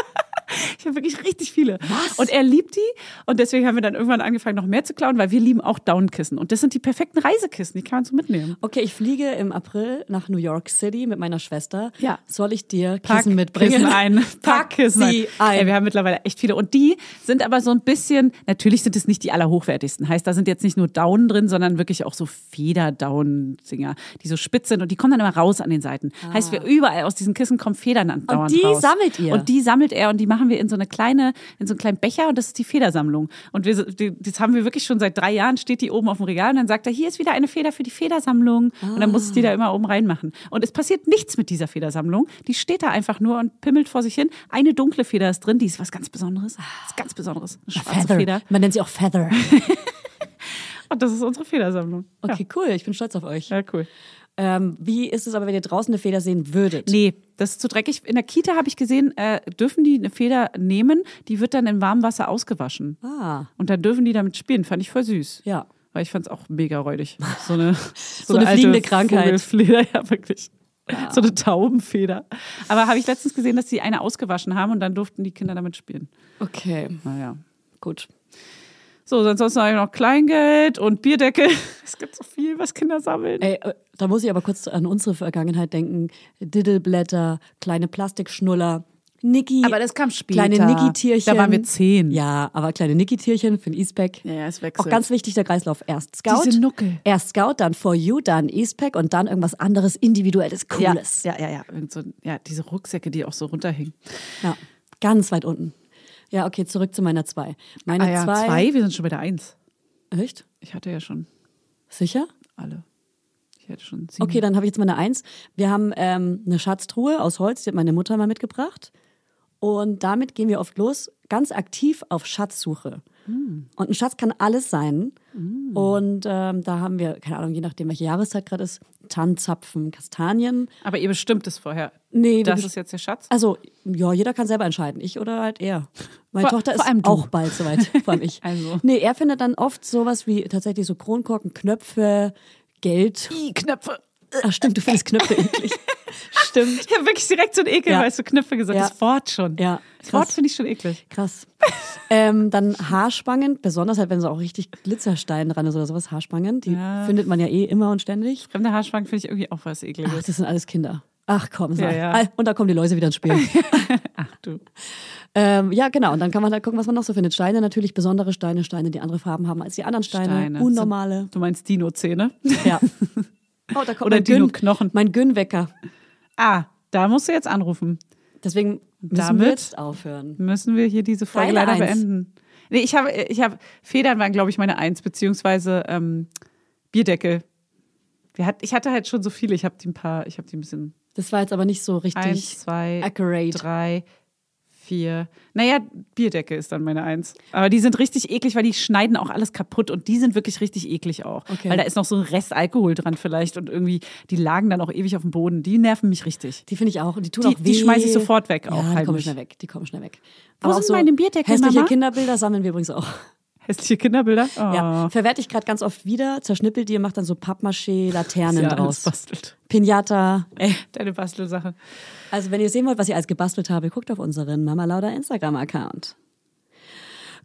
Speaker 2: Ich habe wirklich richtig viele. Was? Und er liebt die und deswegen haben wir dann irgendwann angefangen noch mehr zu klauen, weil wir lieben auch Downkissen und das sind die perfekten Reisekissen, die kann man so mitnehmen.
Speaker 1: Okay, ich fliege im April nach New York City mit meiner Schwester.
Speaker 2: Ja.
Speaker 1: Soll ich dir Kissen
Speaker 2: Pack
Speaker 1: mitbringen?
Speaker 2: Kissen ein.
Speaker 1: Pack
Speaker 2: Kissen
Speaker 1: sie ein.
Speaker 2: Ey, wir haben mittlerweile echt viele. Und die sind aber so ein bisschen, natürlich sind es nicht die allerhochwertigsten. Heißt, da sind jetzt nicht nur Daunen drin, sondern wirklich auch so Federdaun-Dinger, die so spitz sind und die kommen dann immer raus an den Seiten. Heißt, wir überall aus diesen Kissen kommen Federn an dauernd
Speaker 1: Ah. die
Speaker 2: raus.
Speaker 1: sammelt ihr?
Speaker 2: Und die sammelt er und die machen wir in so eine kleine, in so einen kleinen Becher und das ist die Federsammlung. Und wir, die, das haben wir wirklich schon seit drei Jahren, steht die oben auf dem Regal und dann sagt er, hier ist wieder eine Feder für die Federsammlung. Und dann muss ich die da immer oben reinmachen. Und es passiert nichts mit dieser Federsammlung. Die steht da einfach nur und pimmelt vor sich hin. Eine dunkle Feder ist drin, die ist was ganz Besonderes. Das ist ganz Besonderes. Eine schwarze
Speaker 1: Feather.
Speaker 2: Feder.
Speaker 1: Man nennt sie auch Feather.
Speaker 2: Und das ist unsere Federsammlung.
Speaker 1: Okay, cool. Ich bin stolz auf euch.
Speaker 2: Ja, ja cool.
Speaker 1: Ähm, wie ist es aber, wenn ihr draußen eine Feder sehen würdet?
Speaker 2: Nee, das ist zu dreckig. In der Kita habe ich gesehen, äh, dürfen die eine Feder nehmen, die wird dann in warmem Wasser ausgewaschen.
Speaker 1: Ah.
Speaker 2: Und dann dürfen die damit spielen. Fand ich voll süß.
Speaker 1: Ja.
Speaker 2: Weil ich fand es auch mega räudig. So eine, so
Speaker 1: eine
Speaker 2: alte
Speaker 1: fliegende Krankheit.
Speaker 2: Vogelfleder, ja, wirklich. So eine Taubenfeder. Aber habe ich letztens gesehen, dass die eine ausgewaschen haben und dann durften die Kinder damit spielen.
Speaker 1: Okay,
Speaker 2: Naja.
Speaker 1: gut.
Speaker 2: So, sonst habe ich noch Kleingeld und Bierdeckel. Es gibt so viel, was Kinder sammeln.
Speaker 1: Ey, äh, da muss ich aber kurz an unsere Vergangenheit denken. Diddleblätter, kleine Plastikschnuller, Niki.
Speaker 2: Aber das kam später.
Speaker 1: Kleine Niki-Tierchen.
Speaker 2: Da waren wir zehn.
Speaker 1: Ja, aber kleine Niki-Tierchen für den Eastpack.
Speaker 2: Ja, es wechselt.
Speaker 1: Auch ganz wichtig der Kreislauf. Erst Scout.
Speaker 2: Diese Nuckel.
Speaker 1: Erst Scout, dann For You, dann Eastpack und dann irgendwas anderes, individuelles, cooles.
Speaker 2: Ja, ja, ja. ja. Irgend so, ja, diese Rucksäcke, die auch so runterhingen.
Speaker 1: Ja, ganz weit unten. Ja, okay, zurück zu meiner zwei. Meine
Speaker 2: Ah ja,
Speaker 1: zwei.
Speaker 2: zwei, wir sind schon bei der eins.
Speaker 1: zwei. Echt?
Speaker 2: Ich hatte ja schon
Speaker 1: Sicher?
Speaker 2: alle. Ich hätte schon sieben.
Speaker 1: Okay, dann habe ich jetzt meine Eins. Wir haben ähm, eine Schatztruhe aus Holz, die hat meine Mutter mal mitgebracht. Und damit gehen wir oft los, ganz aktiv auf Schatzsuche. Und ein Schatz kann alles sein. Und ähm, da haben wir, keine Ahnung, je nachdem, welche Jahreszeit gerade ist, Tannzapfen, Kastanien.
Speaker 2: Aber ihr bestimmt es vorher.
Speaker 1: Nee, wir
Speaker 2: das
Speaker 1: best-
Speaker 2: ist jetzt der Schatz.
Speaker 1: Also, ja, jeder kann selber entscheiden. Ich oder halt er. Meine
Speaker 2: Vor-
Speaker 1: Tochter
Speaker 2: vor
Speaker 1: ist
Speaker 2: allem du.
Speaker 1: auch bald soweit, vor allem ich.
Speaker 2: Also.
Speaker 1: Nee, er findet dann oft sowas wie tatsächlich so Kronkorken, Knöpfe, Geld.
Speaker 2: I, Knöpfe.
Speaker 1: Ach stimmt, du findest Knöpfe eklig. stimmt.
Speaker 2: Ich habe wirklich direkt so einen Ekel,
Speaker 1: Ja.
Speaker 2: weil du Knöpfe gesagt
Speaker 1: Ja.
Speaker 2: Das Wort schon.
Speaker 1: Ja,
Speaker 2: Das Wort
Speaker 1: krass.
Speaker 2: finde ich schon eklig.
Speaker 1: Krass. ähm, dann Haarspangen, besonders halt, wenn so auch richtig Glitzerstein dran ist oder sowas, Haarspangen, die
Speaker 2: Ja.
Speaker 1: findet man ja eh immer und ständig.
Speaker 2: Fremde Haarspangen finde ich irgendwie auch was
Speaker 1: Ach,
Speaker 2: Ekliges.
Speaker 1: das sind alles Kinder. Ach komm, sag.
Speaker 2: ja.
Speaker 1: Ah, und da kommen die Läuse wieder ins Spiel. Ah.
Speaker 2: Ach du.
Speaker 1: ähm, ja, genau. Und dann kann man halt gucken, was man noch so findet. Steine natürlich, besondere Steine, Steine, die andere Farben haben als die anderen Steine.
Speaker 2: Steine.
Speaker 1: Unnormale.
Speaker 2: Du meinst Dino-Zähne?
Speaker 1: Ja. Oh, da kommt
Speaker 2: Oder
Speaker 1: mein Gün-
Speaker 2: Dino-Knochen.
Speaker 1: Mein Günwecker.
Speaker 2: Ah, da musst du jetzt anrufen.
Speaker 1: Deswegen müssen
Speaker 2: Damit?
Speaker 1: wir jetzt aufhören.
Speaker 2: Müssen wir hier diese Folge
Speaker 1: Deine
Speaker 2: leider
Speaker 1: Eins.
Speaker 2: beenden. Nee, ich habe, ich habe, Federn waren, glaube ich, meine Eins, beziehungsweise ähm, Bierdeckel. Wir hat, ich hatte halt schon so viele, ich habe die ein paar, ich habe die ein bisschen.
Speaker 1: Das war jetzt aber nicht so richtig
Speaker 2: Eins, zwei,
Speaker 1: accurate.
Speaker 2: drei, vier. Naja, Bierdeckel ist dann meine Eins. Aber die sind richtig eklig, weil die schneiden auch alles kaputt und die sind wirklich richtig eklig auch.
Speaker 1: Okay.
Speaker 2: Weil da ist noch so ein Rest Alkohol dran vielleicht und irgendwie, die lagen dann auch ewig auf dem Boden. Die nerven mich richtig.
Speaker 1: Die finde ich auch. Und die tun
Speaker 2: Die-
Speaker 1: auch weh.
Speaker 2: die schmeiß ich sofort weg auch,
Speaker 1: Ja, die kommen
Speaker 2: heimlich.
Speaker 1: schnell weg. Die kommen schnell weg.
Speaker 2: Wo
Speaker 1: Aber auch
Speaker 2: sind meine Bierdeckel,
Speaker 1: Hässliche
Speaker 2: Mama?
Speaker 1: Kinderbilder sammeln wir übrigens auch.
Speaker 2: Hässliche Kinderbilder. Oh.
Speaker 1: Ja, verwerte ich gerade ganz oft wieder, zerschnippel die und mach dann so Pappmaché-Laternen
Speaker 2: ja alles
Speaker 1: draus.
Speaker 2: bastelt.
Speaker 1: Pinata.
Speaker 2: Ey, deine Bastelsache.
Speaker 1: Also wenn ihr sehen wollt, was ich alles gebastelt habe, guckt auf unseren Mama Lauda Instagram-Account.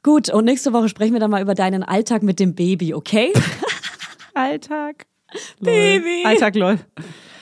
Speaker 1: Gut, und nächste Woche sprechen wir dann mal über deinen Alltag mit dem Baby, okay?
Speaker 2: Alltag. Baby. Alltag, lol.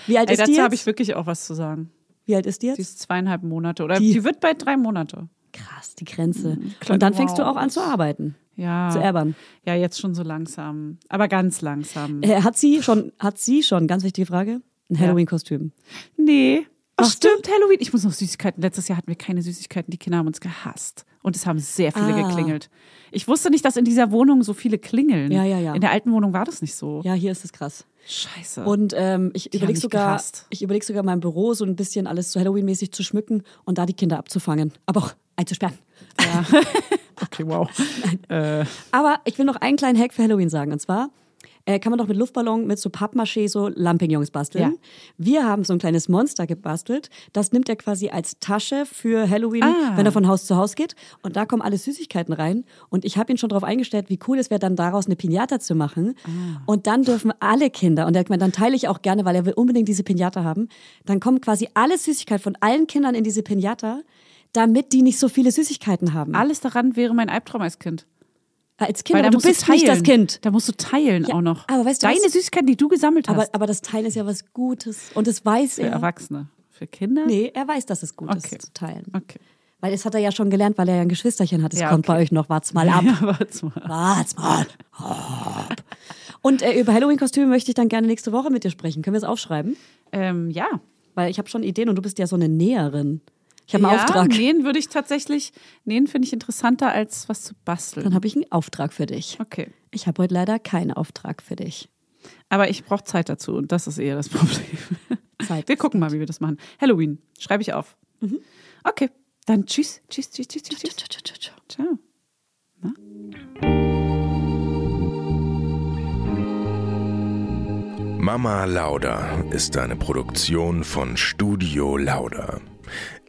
Speaker 1: Wie alt
Speaker 2: Ey,
Speaker 1: ist die
Speaker 2: dazu habe ich
Speaker 1: jetzt?
Speaker 2: wirklich auch was zu sagen.
Speaker 1: Wie alt ist die jetzt?
Speaker 2: Die ist zweieinhalb Monate oder
Speaker 1: Die-
Speaker 2: die, wird bald drei Monate.
Speaker 1: Krass, die Grenze.
Speaker 2: Mhm. klar,
Speaker 1: Und dann fängst du
Speaker 2: wow.
Speaker 1: auch an zu arbeiten.
Speaker 2: Ja.
Speaker 1: Zu erbern.
Speaker 2: Ja, jetzt schon so langsam. Aber ganz langsam.
Speaker 1: Äh, Hat sie schon, hat sie schon, ganz wichtige Frage, ein Halloween-Kostüm?
Speaker 2: Nee. Ach, stimmt, Halloween. Ich muss noch Süßigkeiten. Letztes Jahr hatten wir keine Süßigkeiten. Die Kinder haben uns gehasst. Und es haben sehr viele
Speaker 1: Ah.
Speaker 2: geklingelt. Ich wusste nicht, dass in dieser Wohnung so viele klingeln.
Speaker 1: Ja, ja, ja.
Speaker 2: In der alten Wohnung war das nicht so.
Speaker 1: Ja, hier ist es krass.
Speaker 2: Scheiße.
Speaker 1: Und ähm, ich
Speaker 2: Die haben
Speaker 1: überlege
Speaker 2: mich
Speaker 1: sogar,
Speaker 2: gehasst.
Speaker 1: ich überleg sogar mein Büro so ein bisschen alles so Halloween-mäßig zu schmücken und da die Kinder abzufangen, aber auch einzusperren.
Speaker 2: okay, wow. äh,
Speaker 1: Aber ich will noch einen kleinen Hack für Halloween sagen. Und zwar äh, kann man doch mit Luftballon, mit so Pappmaché so Lampignons basteln.
Speaker 2: Ja.
Speaker 1: Wir haben so ein kleines Monster gebastelt. Das nimmt er quasi als Tasche für Halloween,
Speaker 2: Ah.
Speaker 1: wenn er von Haus zu Haus geht. Und da kommen alle Süßigkeiten rein. Und ich habe ihn schon darauf eingestellt, wie cool es wäre, dann daraus eine Pinata zu machen.
Speaker 2: Ah.
Speaker 1: Und dann dürfen alle Kinder, und er hat gemeint, dann teile ich auch gerne, weil er will unbedingt diese Pinata haben, dann kommen quasi alle Süßigkeiten von allen Kindern in diese Pinata, damit die nicht so viele Süßigkeiten haben.
Speaker 2: alles daran wäre mein Albtraum als Kind.
Speaker 1: Als Kind,
Speaker 2: Weil da
Speaker 1: aber Genau, du
Speaker 2: musst
Speaker 1: bist
Speaker 2: teilen.
Speaker 1: nicht das Kind.
Speaker 2: Da musst du teilen
Speaker 1: Ja,
Speaker 2: auch noch.
Speaker 1: aber weißt du
Speaker 2: Deine
Speaker 1: was?
Speaker 2: Süßigkeiten, die du gesammelt
Speaker 1: Aber,
Speaker 2: hast.
Speaker 1: aber das Teilen ist ja was Gutes. Und das weiß
Speaker 2: Für
Speaker 1: er.
Speaker 2: Erwachsene. Für Kinder?
Speaker 1: Nee, er weiß, dass es gut
Speaker 2: Okay.
Speaker 1: ist zu teilen.
Speaker 2: Okay.
Speaker 1: Weil das hat er ja schon gelernt, weil er ja ein Geschwisterchen hat. Es
Speaker 2: Ja,
Speaker 1: kommt
Speaker 2: okay.
Speaker 1: bei euch noch, wart's mal ab.
Speaker 2: Ja, warte mal.
Speaker 1: Wart's mal ab. Und äh, über Halloween-Kostüme möchte ich dann gerne nächste Woche mit dir sprechen. Können wir es aufschreiben?
Speaker 2: Ähm, ja.
Speaker 1: Weil ich habe schon Ideen und du bist ja so eine Näherin. Ich habe einen
Speaker 2: ja,
Speaker 1: Auftrag.
Speaker 2: Nähen würde ich tatsächlich, nähen finde ich interessanter als was zu basteln.
Speaker 1: Dann habe ich einen Auftrag für dich.
Speaker 2: okay.
Speaker 1: Ich habe heute leider keinen Auftrag für dich.
Speaker 2: Aber ich brauche Zeit dazu und das ist eher das Problem.
Speaker 1: Zeit
Speaker 2: Wir gucken mal, wie wir das machen. Halloween, schreibe ich auf. Okay, dann tschüss, tschüss, tschüss, tschüss, tschüss. tschüss. Mhm. Ciao.
Speaker 3: Mama Lauda ist eine Produktion von Studio Lauda.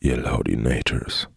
Speaker 3: ihr Laudinators.